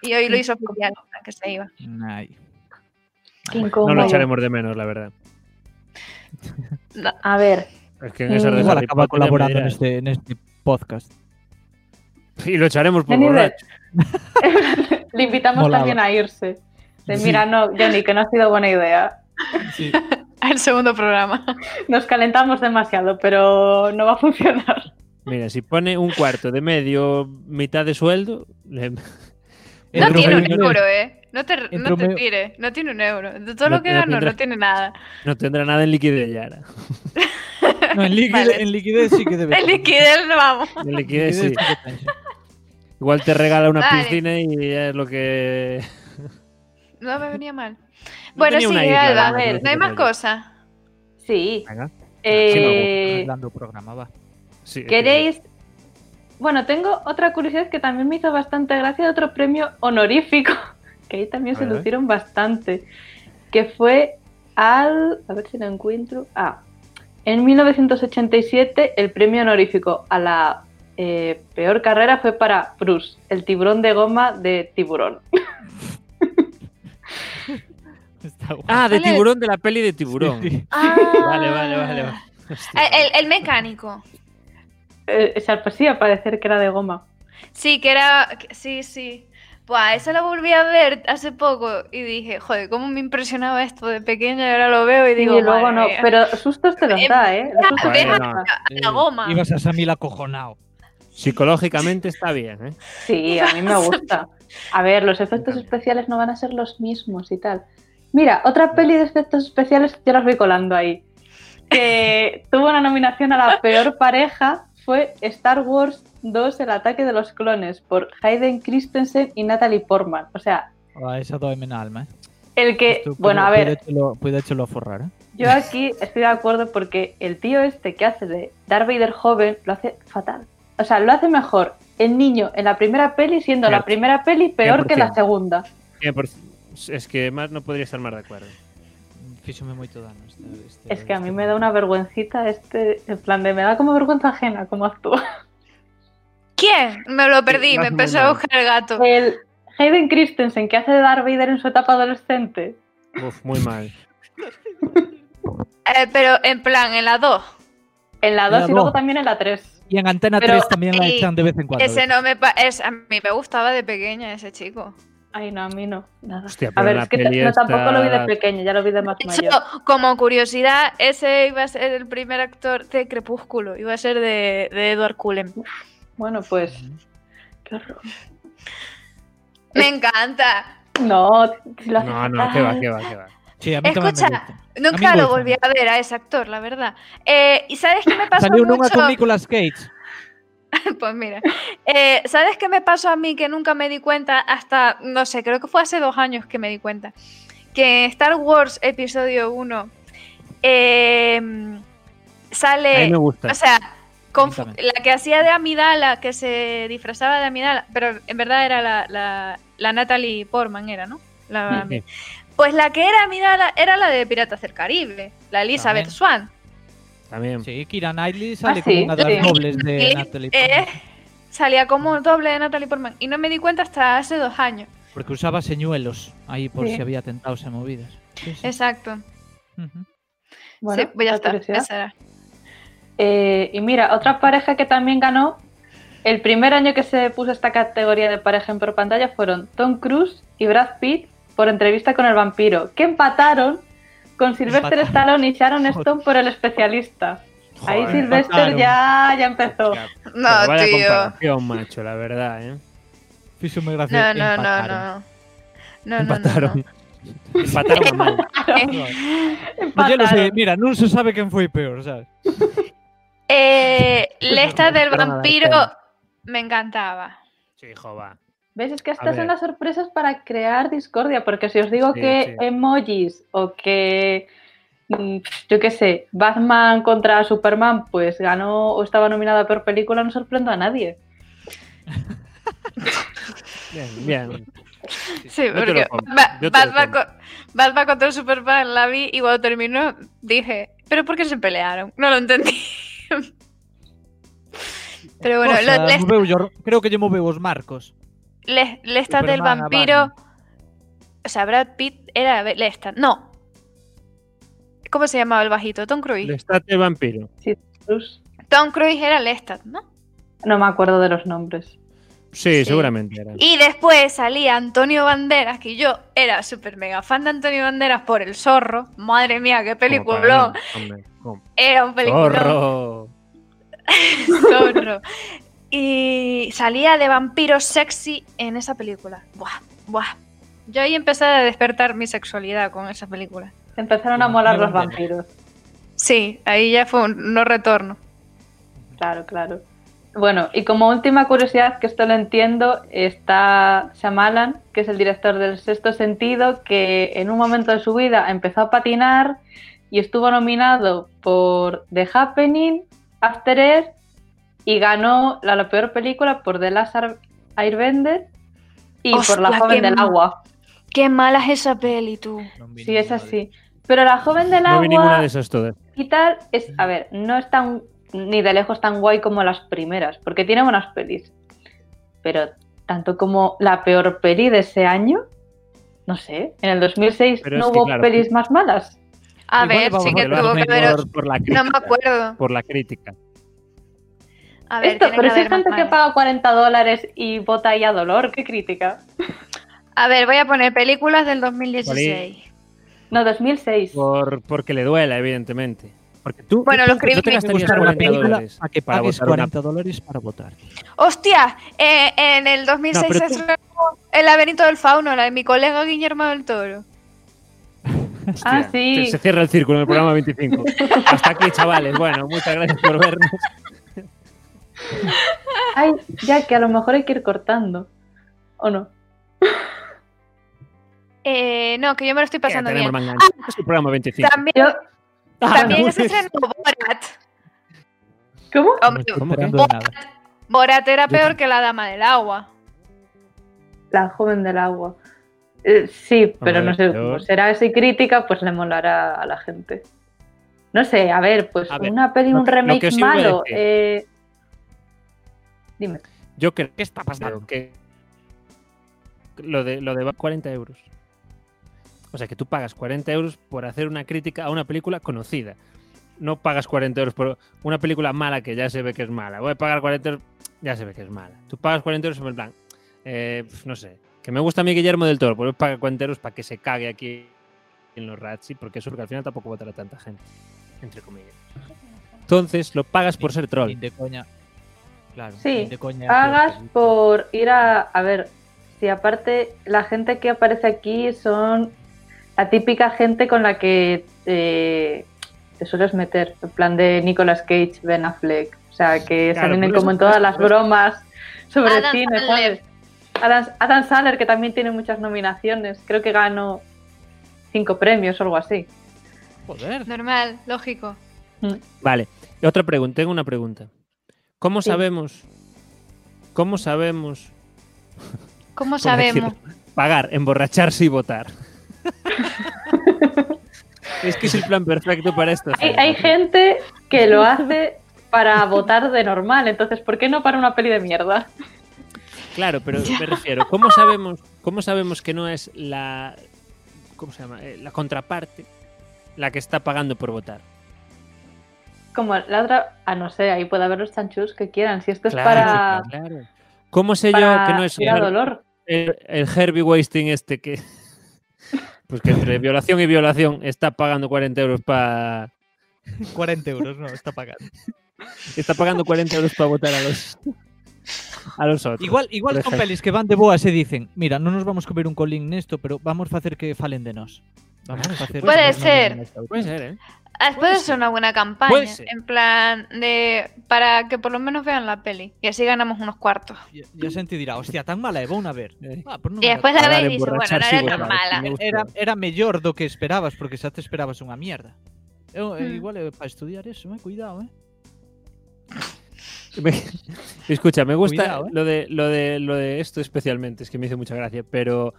Y hoy lo hizo oficial, que se iba. Ay. Pues Qué no incómodo. lo echaremos de menos, la verdad. A ver, Es que en esa de Igual Harry Potter ya me acaba colaborando en dirás. este, en este podcast. Y lo echaremos por Johnny Depp. borracho. le invitamos Molaba. también a irse. De, Sí. Pues mira, no, Johnny, que no ha sido buena idea. Sí. Al segundo programa. Nos calentamos demasiado, pero no va a funcionar. Mira, si pone un cuarto de medio, mitad de sueldo, le- <laughs> No Entro tiene un medio- euro, ¿eh? No te, no Entro te medio- tires, no tiene un euro. De todo No- lo que no ganó no tendrá- tiene nada. no tendrá nada en liquidez, Yara. No, en liquidez, Vale. en liquidez sí que <laughs> debe. El liquidez, vamos. En En liquidez liquidez sí. <laughs> sí que tenso. Igual te regala una Vale. piscina y ya es lo que... <laughs> No me venía mal. Bueno, tenía sí, una isla, Alba, vamos, no no hay sé más qué tal. cosas. Sí. Venga. <laughs> Eh, Hablando programa, Sí, va. es que sí. ¿Queréis? Bueno, tengo otra curiosidad que también me hizo bastante gracia, otro premio honorífico, <laughs> que ahí también A se ver, a ver. lucieron bastante, que fue al... A ver si lo encuentro. Ah, en 1987 el premio honorífico a la eh, peor carrera fue para Bruce, el tiburón de goma de tiburón. Está guay. Ah, de Vale. tiburón, de la peli de tiburón. <laughs> Sí, sí. <laughs> Vale, vale, vale. vale. Hostia. Ah, El, el mecánico. Eh, o sea, pues sí, a parecer que era de goma. Sí, que era. que- Sí, sí. Buah, eso lo volví a ver hace poco y dije, joder, cómo me impresionaba esto de pequeña y ahora lo veo y Y digo, luego madre no, mía, pero sustos te los Eh, da, ¿eh? Los sustos te Bueno, los no. da. a Eh, la goma. Ibas a Samil acojonado. Psicológicamente está bien, ¿eh? Sí, a mí me gusta. A ver, los efectos especiales no van a ser los mismos y tal. Mira, otra peli de efectos especiales, yo las voy colando ahí, <laughs> que tuvo una nominación a la peor pareja, fue Star Wars 2, El ataque de los clones, por Hayden Christensen y Natalie Portman. O sea, Ah, esa doy en alma, eh. el que, Esto bueno, a puede- ver, puede Puede echarlo a forrar, eh. yo aquí estoy de acuerdo porque el tío este que hace de Darth Vader joven lo hace fatal. O sea, lo hace mejor el niño en la primera peli, siendo la Cierto. primera peli peor que la 100%. segunda. Eh, por- Es que más no podría estar más de acuerdo. Fíxome moito dano este, este- Es que a mí este me da una vergüencita este, en plan de, me da como vergüenza ajena cómo actúa. ¿Quién? Me lo perdí, lo hace me muy empezó a mal. buscar <laughs> el gato. El Hayden Christensen que hace de Darth Vader en su etapa adolescente. Uf, muy mal. Eh, pero en plan, en la 2. En la En la 2 dos. y luego también en la 3. Y en Antena Pero 3 también la eh, ahí, echan de vez en cuando. Ese no me pa- es, a mí me gustaba de pequeña ese chico. Ay, no, a mí no. Nada. Hostia, A pero ver, la es que peli t- no, tampoco lo vi de esta- pequeño, ya lo vi de más De mayor. hecho, como curiosidad, ese iba a ser el primer actor de Crepúsculo, iba a ser de, de Edward Cullen. Bueno, pues, qué horror. Me encanta. No, si lo hace No, no, qué va, qué va, qué va. Sí, a mí tamén me Escucha, gusta. Nunca me lo gusta. volví a ver a ese actor, la verdad. Eh, ¿Y sabes qué me pasó Salió nunha mucho? con Nicolas Cage. <laughs> Pues mira, eh, ¿sabes qué me pasó a mí que nunca me di cuenta hasta, no sé, creo que fue hace dos años que me di cuenta? Que en Star Wars Episodio 1 eh, A mí sale me gusta. O sea, confu- Cuéntame. la que hacía de Amidala, que se disfrazaba de Amidala, pero en verdad era la, la, la Natalie Portman, era, ¿no? La- Sí. pues la que era Amidala era la de Piratas del Caribe, la Elizabeth También. Swan. También. Sí, Kira Knightley sale Ah, con sí, unha das sí. nobles de Y, Natalie eh, Portman, salía como doble de Natalie Portman. Y no me di cuenta hasta hace dos años. porque usaba señuelos aí por Sí. si había tentados e movidas. Sí, sí. Exacto. Ujú. Bueno, sí, pues ya la está. curiosidad. esa era. Eh, y mira, otra pareja que también ganó, el primer año que se puso esta categoría de pareja en por pantalla fueron Tom Cruise y Brad Pitt por entrevista con el vampiro, que empataron con Sylvester Empataron. Stallone y Sharon Joder. Stone por el especialista. Ahí Joder, Sylvester empataron. ya, ya empezó. Pero No, vaya tío. comparación, macho, la verdad, ¿eh? Fixo moi No, no, gracia no, empataron. no. No, no, no, Empataron. <laughs> Empataron a mano. no. eh. Pues Yo non sei, Empataron. mira, non se sabe quen foi peor, sabes? Eh, Lesta del Perdona, vampiro Maite. me encantaba. Sí, hijo, va. ¿Ves? Es que estas A son ver. las sorpresas para crear discordia, porque si os digo Sí, que sí. emojis o que, mm, yo qué sé, Batman contra Superman, pues ganó o estaba nominada a peor película, no sorprendo a nadie. Bien, bien. Sí, yo te porque lo compro, Ba- yo te lo Batman, compro. co- Batman contra Superman la vi y cuando terminó dije, ¿pero por qué se pelearon? No <laughs> lo entendí. Pero bueno, Cosa, lo- les- moveu yo- creo que lle moveu os marcos. les- Lesta del Superman a vampiro. Batman. O sea, Brad Pitt era Lesta. No. ¿Cómo se llamaba el bajito? Tom Cruise. Lestat el vampiro. Cruz, Tom Cruise era Lestat, ¿no? No me acuerdo de los nombres. Sí, Sí. seguramente era. Y después salía Antonio Banderas, que yo era súper mega fan de Antonio Banderas por El Zorro. Madre mía, qué peliculón. Como para- hombre, como- Era un peliculón. Zorro. Zorro. Y salía de vampiro sexy en esa película. Buah, buah. Yo ahí empecé a despertar mi sexualidad con esa película. Empezaron a Bueno, molar me los vale. vampiros. Sí, ahí ya fue un no retorno. Claro, claro. Bueno, y como última curiosidad, que esto lo entiendo, está Shyamalan, que es el director del Sexto Sentido, que en un momento de su vida empezó a patinar y estuvo nominado por The Happening, After Earth y ganó la, la peor película por The Last Air- Airbender y por La Hostia, Joven qué del mal. Agua. Qué mala es esa peli, tú. Non vi Sí, es ninguna de- así. Pero La Joven del No vi ninguna Agua de esas todas. y tal es, a ver, no es tan ni de lejos tan guay como las primeras, porque tiene buenas pelis. Pero tanto como la peor peli de ese año, no sé, en el 2006 Pero no es que, hubo claro, pelis más malas. A Igual ver, vamos sí a que Porque lo tuvo hacen que haber. por, por la No crítica. me acuerdo. Por la crítica. A ver, Esto, tiene pero que si hay haber más gente que malas. paga 40 dólares y vota ahí a dolor, qué crítica. A ver, voy a poner películas del 2016. No, 2006. Por, porque le duela, evidentemente. Porque tú, Bueno, tú lo escribí. no te gastarías Buscar una 40 película dólares a que para pagues votar una 40 dólares para votar. ¡Hostia! Eh, en el 2006 No, pero se tú- estrenó El laberinto del fauno, la de mi colega Guillermo del Toro. Ah, Hostia, sí. Se, se cierra el círculo en el programa <laughs> 25. Hasta aquí, chavales. Bueno, muchas gracias por vernos. Ay, ya que a lo mejor hay que ir cortando. ¿O no? Eh, no, que yo me lo estoy pasando tenemos bien. manga. Es el programa 25. También, Yo- también Ah, se estrenó Borat. ¿Cómo? Hombre, estoy ¿cómo que? enterando de nada. Borat era Yo peor que la dama del agua. La joven del agua. Eh, sí, pero no sé, yo- como será así crítica, pues le molará a la gente. No sé, a ver, pues A ver, una peli, lo un que- lo remake que os iba a malo. decir. eh, Dime. Yo creo ¿Qué está pasando? que lo de, lo de va- 40 euros. O sea, que tú pagas 40 euros por hacer una crítica a una película conocida. No pagas 40 euros por una película mala que ya se ve que es mala. Voy a pagar 40 euros, ya se ve que es mala. Tú pagas 40 euros en plan, eh, pf, no sé, que me gusta a mí Guillermo del Toro, pues voy a pagar 40 euros para que se cague aquí en los Ratzi, porque eso porque al final tampoco votará tanta gente, entre comillas. Entonces lo pagas por ser troll. Nin de coña. Claro, Sí, nin de coña. Pagas por ir a. A ver, si aparte la gente que aparece aquí son la típica gente con la que eh, te sueles meter. En plan de Nicolas Cage, Ben Affleck. O sea, que Claro, salen en por como eso- en todas las bromas sobre Adam cine, Sandler. ¿sabes? Adam, Adam Sandler, que también tiene muchas nominaciones. Creo que ganó cinco premios o algo así. Joder. Normal, lógico. Vale. Y otra pregunta, tengo una pregunta. ¿Cómo Sí. sabemos? ¿Cómo sabemos ¿Cómo Por decirlo. sabemos? pagar, emborracharse y <laughs> votar? es que es el plan perfecto para esto. Hay, hay gente que lo hace para votar de normal. Entonces, ¿por qué no para una peli de mierda? Claro, pero me refiero, ¿cómo sabemos, cómo sabemos que no es la ¿cómo se llama? Eh, la contraparte la que está pagando por votar? como la otra, a no sé, ahí puede haber los chanchullos que quieran. Si esto Claro, es claro. ¿Cómo sé Pues yo para, que no es ir a dolor. <laughs> el, el Herbie Wasting este que. <laughs> Pues que entre violación y violación está pagando 40 euros para. 40 euros, no, está <laughs> pagado. Está pagando 40 euros para votar a los. A los otros. Igual, igual Por con ejemplo. pelis que van de boa se dicen, mira, non nos vamos comer un colín nesto, pero vamos facer que falen de nós. Vamos a facer Puede que nos ser. nomen nesta Puede ser, ¿eh? Ah, Después Puede es ser. una buena campaña, Puede ser. en plan de para que por lo menos vean la peli y así ganamos unos cuartos. E e a xente dirá, hostia, tan mala é, vou na ver. Eh. Ah, pois Y non era después la tan- Para veis y dices, bueno, emborracharse y no era tan votar, mala. me gusta. era, era mellor do que esperabas, porque xa te esperabas unha mierda. Eu, eh, Mm. igual é para estudiar eso, eh? cuidado, eh. <laughs> Me- Escucha, me gusta Cuidado, ¿eh? lo, de, lo, de, lo de esto especialmente, es que me hizo mucha gracia, pero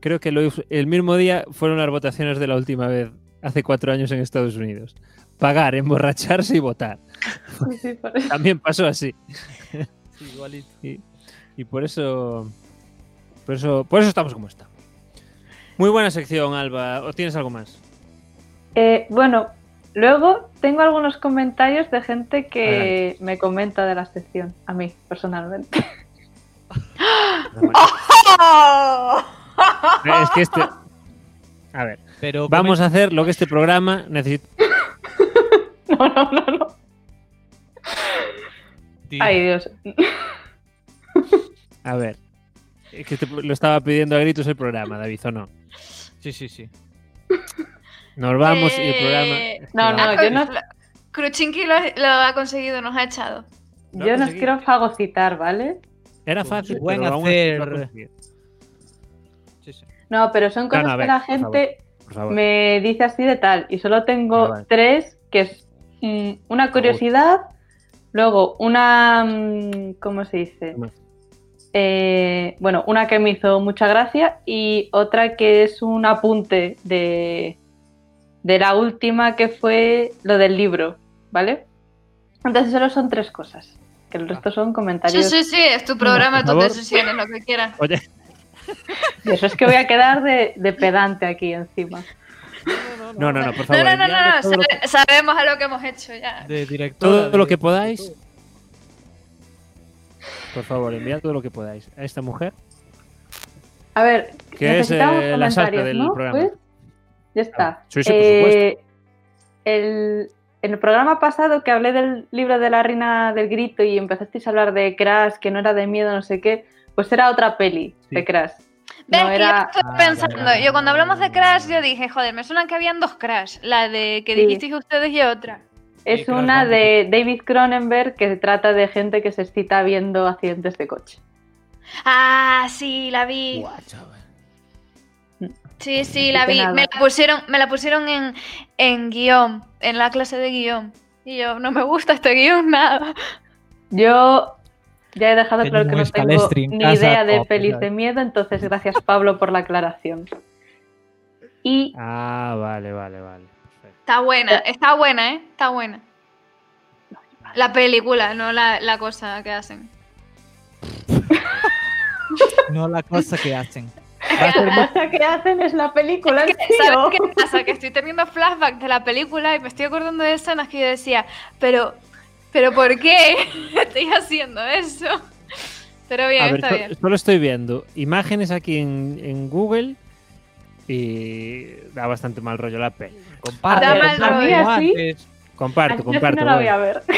creo que lo hizo- el mismo día fueron las votaciones de la última vez, hace cuatro años en Estados Unidos. Pagar, <laughs> emborracharse y votar. Sí, sí, parece. También pasó así. Sí, igualito. Y por eso, por eso, por eso estamos como estamos. Muy buena sección, Alba. ¿O tienes algo <laughs> más? Eh, bueno, luego tengo algunos comentarios de gente que Adelante. me comenta de la sección, a mí personalmente. es que este. A ver, Pero vamos a hacer lo que este programa necesita. No, no, no, no. comentir- Ay, Dios. A ver. Es que este- lo estaba pidiendo a gritos el programa, David, ¿o no? Sí, sí, sí. Nos vamos y el Eh, programa. no, Espera, yo no- Lo- Kruchinski lo, lo ha conseguido, nos ha echado. No Yo nos conseguí. quiero fagocitar, ¿vale? Era fácil. Buen pero aún así hacer. lo conseguí. sí, sí. No, pero No, son no, cosas a ver, que la por favor. gente Por favor. me dice así de tal. Y solo tengo Vale. tres, que es mm, una curiosidad, luego una, mm, ¿cómo se dice? Una. Eh, bueno, una que me hizo mucha gracia y otra que es un apunte de, de la última que fue lo del libro, ¿vale? Entonces solo son tres cosas, que el Ah. resto son Sí, comentarios. sí, sí, es tu programa, por tus favor. decisiones, lo que quieras. Oye, Y eso es que voy a quedar de, de pedante aquí encima. no, no, no, por No, favor. no, no, no, enviadnos no, todo, lo, sabe- sabemos a lo que hemos hecho ya. De director. todo lo que podáis. Por favor, enviad todo lo que podáis a esta mujer, A ver, que es necesitamos eh, la sarta comentarios, del ¿no? programa. Pues, ya está. Eh, Sí, sí, por el, en el programa pasado que hablé del libro de la reina del grito y empezasteis a hablar de Crash, que no era de miedo, no sé qué, pues era otra peli de Crash. ¿Ves No que yo era... Ah, estoy pensando? Yo cuando hablamos de Crash, yo dije, joder, me suenan que habían dos Crash, la de que Sí. dijisteis ustedes y otra. Es Crash una Bandicoot. de David Cronenberg que se trata de gente que se excita viendo accidentes de coche. Ah, sí, la vi. Sí, sí, la que vi. nada. Me la pusieron, me la pusieron en, en guión, en la clase de guión. Y yo, no me gusta este guión, <laughs> nada. Yo ya he dejado Que claro no que no es tengo Calestri en ni casa, oh, idea de top, pelis claro. de miedo, entonces gracias Pablo por la aclaración. Y Ah, vale, vale, vale. Perfecto. Está buena, está buena, ¿eh? Está buena. La película, no la, la cosa que hacen. No la cosa que hacen. La <laughs> cosa que hacen es la película en sí, ¿no? ¿Sabes qué pasa? Que estoy teniendo flashbacks de la película y me estoy acordando de escenas que yo decía, pero, pero ¿por qué <laughs> estoy haciendo eso? Pero bien, A ver, está so- bien. solo estoy viendo imágenes aquí en, en Google y da bastante mal rollo la peli. Comparte. Dame el comparte rollo. A mí antes. <laughs> Comparto, Yo comparto. no la voy. voy a ver. <laughs>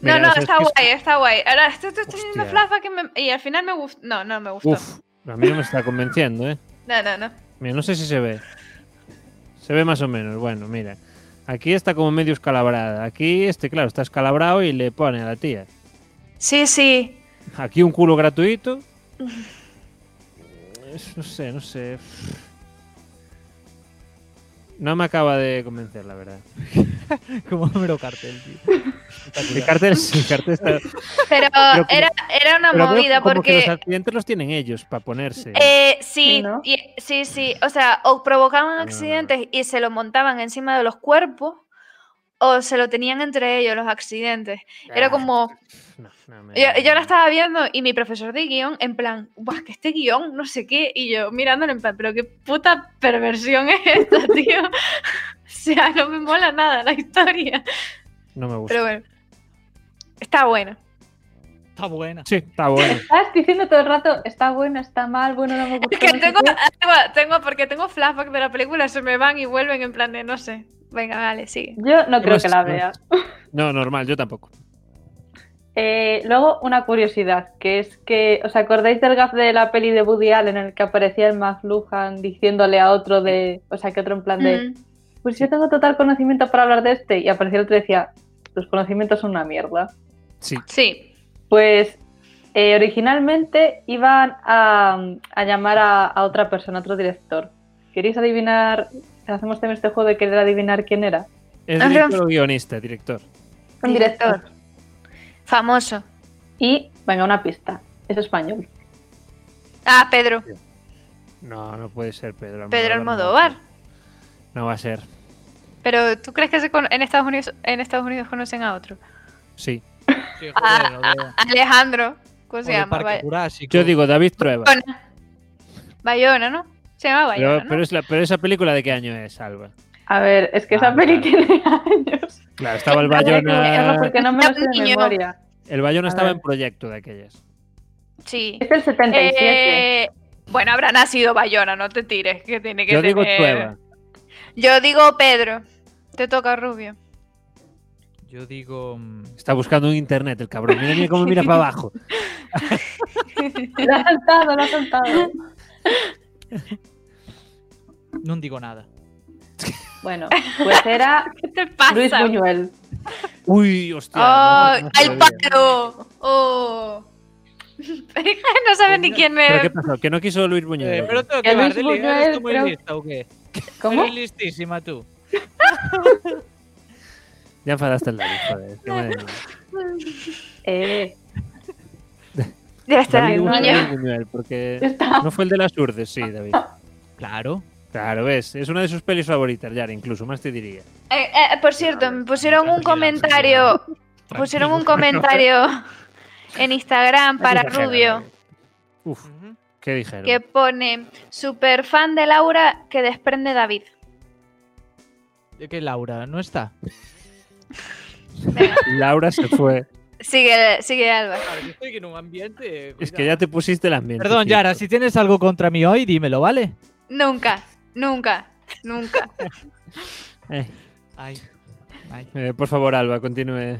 No, Mira, no, eso es está que es- guay, está guay. Ahora estoy, estoy teniendo Hostia. flashback que me- y al final me gustó. No, no me gustó. Uf, a mí no me está convenciendo, ¿eh? No, no, no. Mira, no sé si se ve. Se ve más o menos. Bueno, mira. Aquí está como medio escalabrada. Aquí, este, claro, está escalabrado y le pone a la tía. Sí, sí. Aquí un culo gratuito. Es- No sé, no sé. No me acaba de convencer, la verdad. Como número cartel, tío. El cartel, sí, el cartel está. Pero, Pero como- era, era una pero veo movida como que los porque. accidentes los tienen ellos para ponerse. eh, sí, Sí, ¿no? y- sí, sí. O sea, o provocaban no, no. accidentes y se lo montaban encima de los cuerpos o se lo tenían entre ellos los accidentes. Era Ah, como. no, no, me- Yo, yo la estaba viendo y mi profesor de guión, en plan, guau, que este guión, no sé qué, y yo mirándolo en plan, pero qué puta <laughs> perversión es esta, tío. o sea, no me mola nada la historia. No me gusta. Pero bueno. Está bueno. Está buena. Sí, está bueno. Estás diciendo todo el rato, está bueno, está mal, bueno, no me gusta. Es que no sé tengo, qué. tengo, tengo- porque tengo flashback de la película, se me van y vuelven en plan de no sé. Venga, vale, sigue. Yo no creo más- que la qué más? vea. No, normal, yo tampoco. Eh, luego, una curiosidad, que es que, ¿os acordáis del gaf de la peli de Woody Allen en el que aparecía el McLuhan diciéndole a otro de, o sea, que otro en plan de, Mm. pues yo tengo total conocimiento para hablar de este, y aparecía el otro y decía, tus conocimientos son una mierda. Sí. Sí. Pues eh, originalmente iban a, a llamar a, a otra persona, a otro director. ¿Queréis adivinar? Hacemos también este juego de querer adivinar quién era. Es Ajá. director o guionista, director. Un Director. Famoso. Y, venga, una pista. Es español. Ah, Pedro. No, no puede ser Pedro Almodóvar. Pedro no va a Almodóvar. ser. No va a ser. Pero ¿tú crees que se cono- en, Estados Unidos, en Estados Unidos conocen a otro? Sí. Sí, joder, Ah, o de- ah, Alejandro. ¿Cómo o se de llama? Parque Ba- Jurásico. Yo digo David Trueba. Bayona. Bayona, ¿no? Se llama Bayona, Pero, ¿no? pero es la- pero esa película de qué año es, Alba. A ver, es que esa Ah, peli claro. tiene años. Claro, estaba el Tendría que buscarlo Bayona. porque no me lo sé de Niño. memoria. El Bayona A estaba ver. en proyecto de aquellas. Sí. Es el 77. Eh, bueno, habrá nacido Bayona, no te tires, que tiene que Yo digo tener- Trueba. Yo digo Pedro. Te toca Rubio. Yo digo. mm, Está buscando en internet el cabrón. Mira, mira cómo mira para abajo. Lo ha saltado, lo ha saltado. No digo nada. Bueno, pues era ¿Qué te pasa? Luis Buñuel. Uy, hostia. ¡Oh! no, no ¡Al sabía. palo! ¡Oh! no sabes ni quién ¿Pero qué es. pasó? ¿Que no quiso Luis Buñuel? Eh, pero tengo Que que Luis ver, Deli, Buñuel, ¿eres tú muy creo- lista o qué? ¿Cómo? Eres listísima tú. Ya enfadaste el David, joder. qué madre <laughs> mía. Eh, Ya está, David el no busca a niño. Luis Buñuel, porque está. no fue el de las urdes, sí, David. Claro. Claro, ves. Es una de sus pelis favoritas, Yara, incluso, más te diría. Eh, eh, por cierto, me pusieron un Tranquila, comentario. Pusieron un comentario <laughs> en Instagram para Exagerado, Rubio. David. Uf, ¿qué dijeron? que pone super fan de Laura que desprende David. ¿De qué Laura? ¿No está? Venga, Laura se <laughs> fue. sigue, sigue Alba. Claro, yo estoy en un ambiente. eh, Es que ya te pusiste las ambiente. Perdón, tío. Yara, si tienes algo contra mí hoy, dímelo, ¿vale? Nunca, nunca, nunca. Eh, Ay. Ay. eh, por favor, Alba, continúe.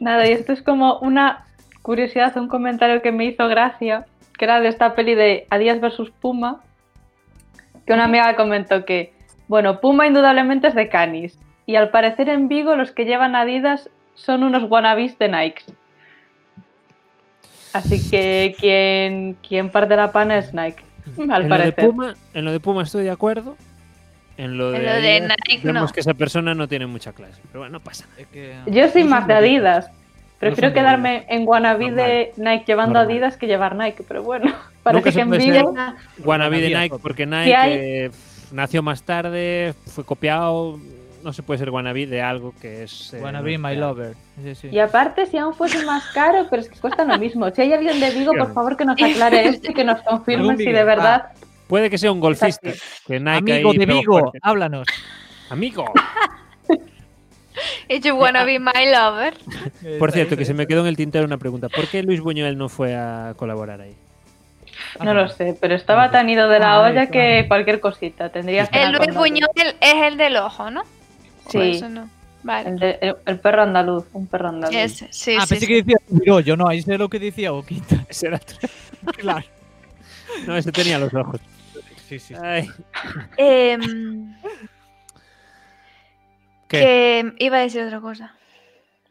Nada, y esto es como una curiosidad, un comentario que me hizo gracia, que era de esta peli de Adidas versus Puma, que una amiga comentó que, bueno, Puma indudablemente es de Canis, y al parecer en Vigo los que llevan Adidas son unos wannabes de Nike. Así que quien, quien parte la pana es Nike, al Mm. en, lo de parecer. Puma, en lo de Puma estoy de acuerdo. En lo de, En lo de Adidas, Nike, vemos no. que esa persona no tiene mucha clase. Pero bueno, no pasa nada. Es que... <laughs> Yo soy No más son de de Adidas. No Prefiero son de quedarme en wannabe de Nike llevando Normal. Adidas que llevar Nike, pero bueno, <laughs> parece se que en puede Vigo... ser Wannabe Wannabe de a Nike, tope. porque Si Nike hay- eh, pf, nació más tarde, fue copiado. No se puede ser wannabe de algo que es. eh, Wanna no be es my real. lover. Sí, sí. Y aparte, si aún fuese más caro, pero es que cuesta lo mismo. Si hay alguien de Vigo, por Claro. favor que nos aclare esto y que nos confirmen Algún si de Vigo. verdad. Puede que sea un golfista. Exacto. Que Nike Amigo ahí de pegó Vigo, fuerte. háblanos. Amigo. Y you wanna be my lover. Por cierto, que se me quedó en el tintero una pregunta. ¿Por qué Luis Buñuel no fue a colaborar ahí? No lo sé, pero estaba tan ido de la Ay, olla que claro. cualquier cosita. Tendría que El cenar Luis con David. Buñuel es el del ojo, ¿no? O Sí. eso no. Vale. El, de- el- el perro andaluz, un perro andaluz. Ese, sí, Ah, sí, sí. pensé que decía Yo no, ahí sé lo que decía Boquita. Ese era <laughs> otro. Claro. No, ese tenía los ojos. Sí, sí. Ay, Em, ¿Qué? que iba a decir otra cosa.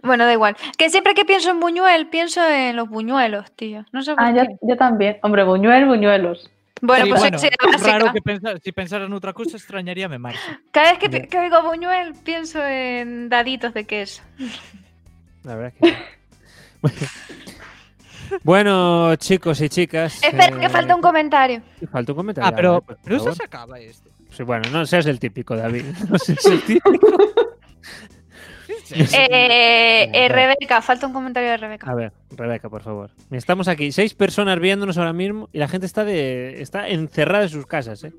Bueno, da igual. Que siempre que pienso en Buñuel, pienso en los buñuelos, tío. No sé por Ah, qué. yo, yo también. Hombre, Buñuel, Buñuelos. Bueno, Sí, pues bueno, soy es básica. raro que pensar, si pensara en otra cosa extrañaríame más. Cada vez que, Ya. que oigo Buñuel, pienso en daditos de queso. La verdad que. no. <laughs> Bueno, chicos y chicas. Espera, eh, que falta un comentario. Falta un comentario. Ah, pero, Alba, por pero eso favor. se acaba esto. Sí, bueno, no seas el típico, David. No seas el típico. Eh, eh, Venga, va. Rebeca, falta un comentario de Rebeca. A ver, Rebeca, por favor. Estamos aquí, seis personas viéndonos ahora mismo y la gente está de está encerrada en sus casas, ¿eh?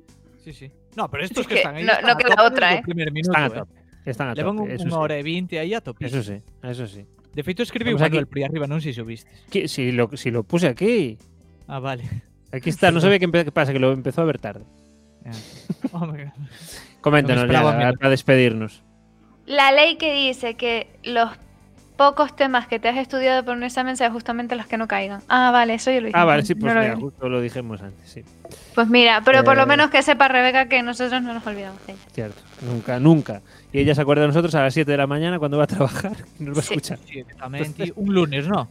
Sí, sí. No, pero estos Es que, que están ahí. no- están no a queda tope otra, desde el ¿eh? primer minuto, Están a ¿eh? tope. Están a Le van tope, un, eso unha sí. hora e vinte aí a tope. Eso sí, eso sí. De feito, escribiu Vamos aquí. Manuel por aí arriba, non sei se o vistes. Que- si, lo, si lo puse aquí. Ah, vale. <laughs> Aquí está, no sabía qué, empe- qué pasa, que lo empezó a ver tarde. Oh, my God. Coméntanos ya, esperaba menos. para despedirnos. La ley que dice que los pocos temas que te has estudiado por un examen sean justamente los que no caigan. Ah, vale, eso yo lo dije. Ah, vale, sí, pues No lo mira, vi. justo lo dijimos antes, sí, Pues mira, pero por Eh. lo menos que sepa Rebeca que nosotros no nos olvidamos de ella. cierto. Nunca, nunca. Y ella se acuerda de nosotros a las 7 de la mañana cuando va a trabajar y nos va a Sí. escuchar. Sí, tamén, ti- un lunes, no?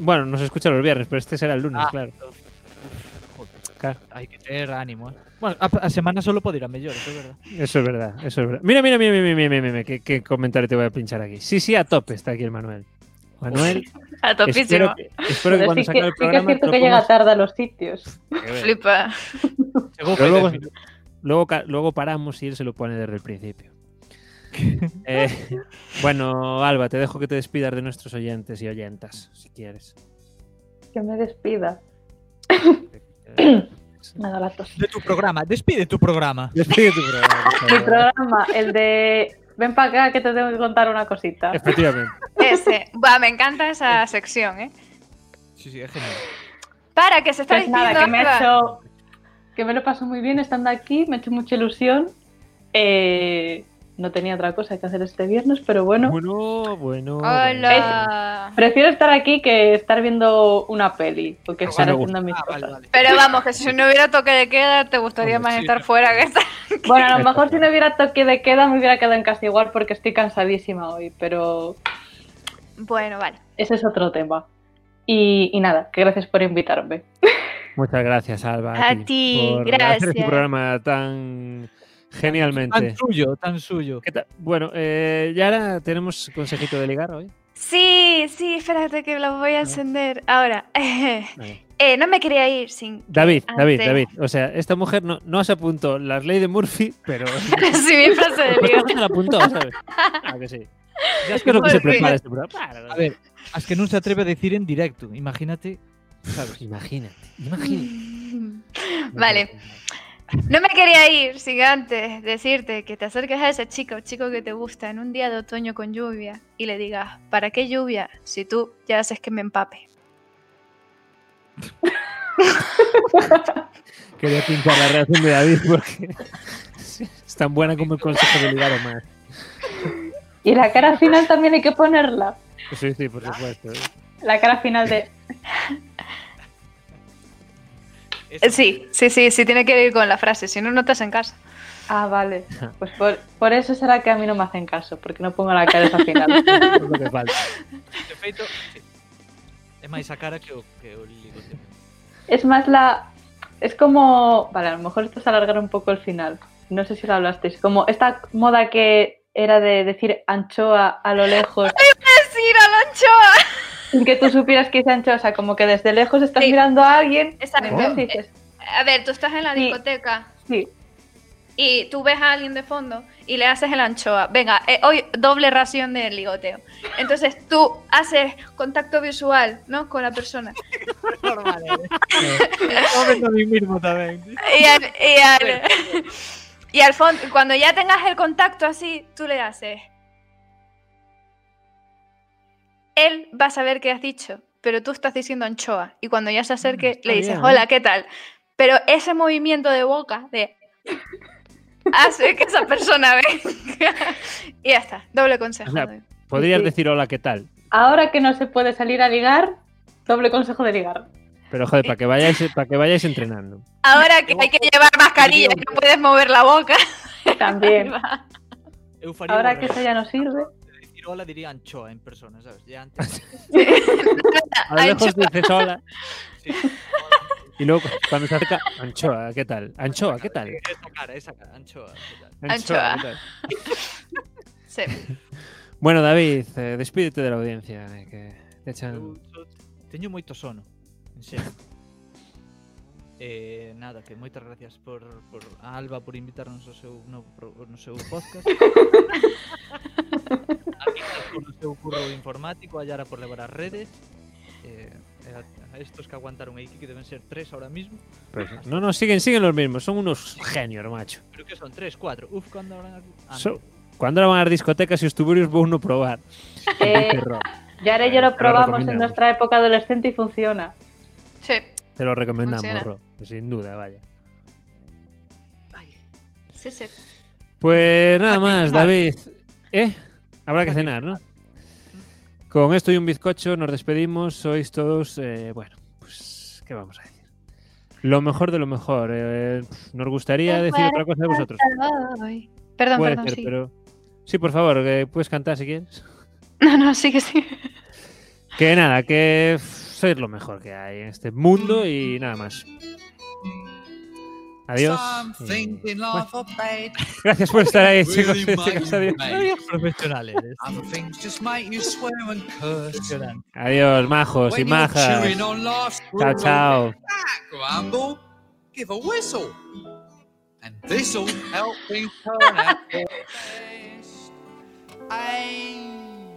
Bueno, nos escucha los viernes, pero este será el lunes, Ah. claro. Hai que ter ánimo, eh. Bueno, a, a semana solo pode ir a mellor, eso é verdad. Eso es verdad, eso es verdad. Mira, mira, mira, mira, mira, mira, mira, mira, qué, qué comentario te voy a pinchar aquí. Sí, sí, a tope está aquí el Manuel. Manuel, A espero topísimo. que, espero que Pero cuando sí se que, acabe el sí que es programa... cierto no que llega pongas- tarde a los sitios. Flipa. Chegou Pero Fede, luego- mira. Luego, ca- luego paramos y él se lo pone desde el principio. Eh, bueno, Alba, te dejo que te despidas de nuestros oyentes y oyentas, si quieres. Que me despida. Eh, Me da la tos. de tu programa, despide tu programa. despide tu programa, por Mi favor. programa, el de. Ven para acá que te tengo que contar una cosita. Efectivamente. Ese. Buah, me encanta esa sección, ¿eh? Sí, sí, é genial. Para, que se está Pues diciendo. nada, que me, ha Alba. hecho, que me lo paso muy bien estando aquí, me ha hecho mucha ilusión. Eh, no tenía otra cosa que hacer este viernes, pero bueno. Bueno, bueno. bueno. Hola. Prefiero estar aquí que estar viendo una peli, porque Eso estar me haciendo mis Ah, vale, cosas. vale. Pero vamos, que si no hubiera toque de queda, te gustaría Hombre, más sí, estar no. fuera que estar. Bueno, a lo mejor si no hubiera toque de queda me hubiera quedado en casa igual porque estoy cansadísima hoy, pero Bueno, vale. ese es otro tema. Y, y nada, que gracias por invitarme. Muchas gracias, Alba. A ti, por Hacer este gracias. programa tan Tan genialmente. suyo, tan suyo. ¿Qué tal? Bueno, eh, Yara, ¿tenemos consejito de ligar hoy? Sí, sí, espérate que la voy a encender. Ahora. Ah. <laughs> Eh, Vale. no me quería ir sin. <laughs> David, David, Antes. David. O sea, esta mujer no, no se apuntó la ley de Murphy, pero. si mi frase <laughs> de Pero lío. se la apuntó, <laughs> ¿sabes? Ah, que sí. Ya es que lo que Pues se sí. prepara este programa. Claro. A ver, as que non se atreve a decir en directo, imagínate, sabes? Imagínate, imagínate. <laughs> Vale. No me quería ir sin antes decirte que te acerques a esa chica o chico que te gusta en un día de otoño con lluvia y le digas, ¿para qué lluvia si tú ya haces que me empape? Quería pintar la reacción de David porque <laughs> es tan buena como el consejo de ligar o más. Y la cara final también hay que ponerla. Sí, sí, por supuesto. La cara final de. Eh, Sí, sí, sí, sí, tiene que ir con la frase, si no, no te hacen caso. Ah, vale. Pues por, por eso será que a mí no me hacen caso, porque no pongo la cara esa final. Es lo que falta. De feito, sí. É máis a cara que o que o ligote. Es más la... Es como... Vale, a lo mejor esto es alargar un poco el final. No sé si lo hablasteis. Como esta moda que era de decir anchoa a lo lejos ¡Decir a la anchoa! sin que tú supieras que es anchoa. O sea, como que desde lejos estás Sí. mirando a alguien. Exacto. mientras dices, A ver, tú estás en la Sí. discoteca sí. y tú ves a alguien de fondo y le haces el anchoa. Venga, eh, hoy doble ración de ligoteo. Entonces tú haces contacto visual, ¿no? Con la persona. Normal, eh. Comento a mí mismo tamén. Y al, y al, <laughs> y al fondo, cuando ya tengas el contacto así, tú le haces. Él va a saber qué has dicho, pero tú estás diciendo anchoa. Y cuando ya se acerque, está le dices, bien, ¿eh? hola, ¿qué tal? Pero ese movimiento de boca, de. hace que esa persona <laughs> venga. y ya está, doble consejo. O sea, doy. Podrías Sí. decir hola, ¿qué tal? Ahora que no se puede salir a ligar, doble consejo de ligar. Pero joder, para que vayáis, para que vayáis entrenando. Ahora que hay que llevar mascarilla y no puedes mover la boca. <laughs> También. Eu faría o Ahora que eso revés. ya no sirve. De decir hola diría anchoa en persona, sabes? Ya antes. A lo lejos Anchoa. dices hola Sí. y luego cuando se acerca, anchoa, ¿qué tal? Anchoa, ¿qué tal? Esa cara, esa cara, anchoa. ¿qué tal? Anchoa. ¿qué tal? <laughs> Sí. Bueno, David, eh, despídete de la audiencia. eh, que te echan... Eu só teño moito sono, en serio. <laughs> Eh, nada, que moitas gracias por, por a Alba por invitarnos ao seu novo pro- no seu podcast. a Quintas por o seu curro informático, a Yara por levar as redes. Eh, e a, a estos que aguantaron aí que deben ser tres ahora mismo. Pues, No, no, siguen, siguen los mismos. Son unos genios, macho. Ah. Creo que son tres, cuatro. Uf, cando ahora... Son, Cando eran as discotecas e os tuburios vou no probar. Eh, Dice Rob. Yara y yo Ahora lo probamos en recomendamos. nuestra época adolescente y funciona. Sí. Te lo recomendamos, funciona. Rob. Sin duda, vaya. Sí, sí. Pues nada Hay que más, cenar. David. ¿Eh? Habrá que cenar, ¿no? Con esto y un bizcocho nos despedimos. Sois todos, eh, bueno, pues, ¿qué vamos a decir? Lo mejor de lo mejor. eh, pf, nos gustaría Pues decir otra cosa de vosotros. Ay. Perdón, Puede perdón, ser, sí. pero... Sí, por favor, eh, puedes cantar si quieres. <laughs> No, no, sí que sí. Que nada, que pf, sois lo mejor que hay en este mundo y nada más. Adiós. Some y- thinking bueno, of a bait. gracias por estar ahí, chicos. Really might chicas, adiós. make Adiós, profesionales. <laughs> Other things just make you swear and curse. Impresionante. Adiós, majos y When you're majas. chewing on life's Chao, gruel, chao. grumble, give a whistle. And this'll help things turn out for the best. And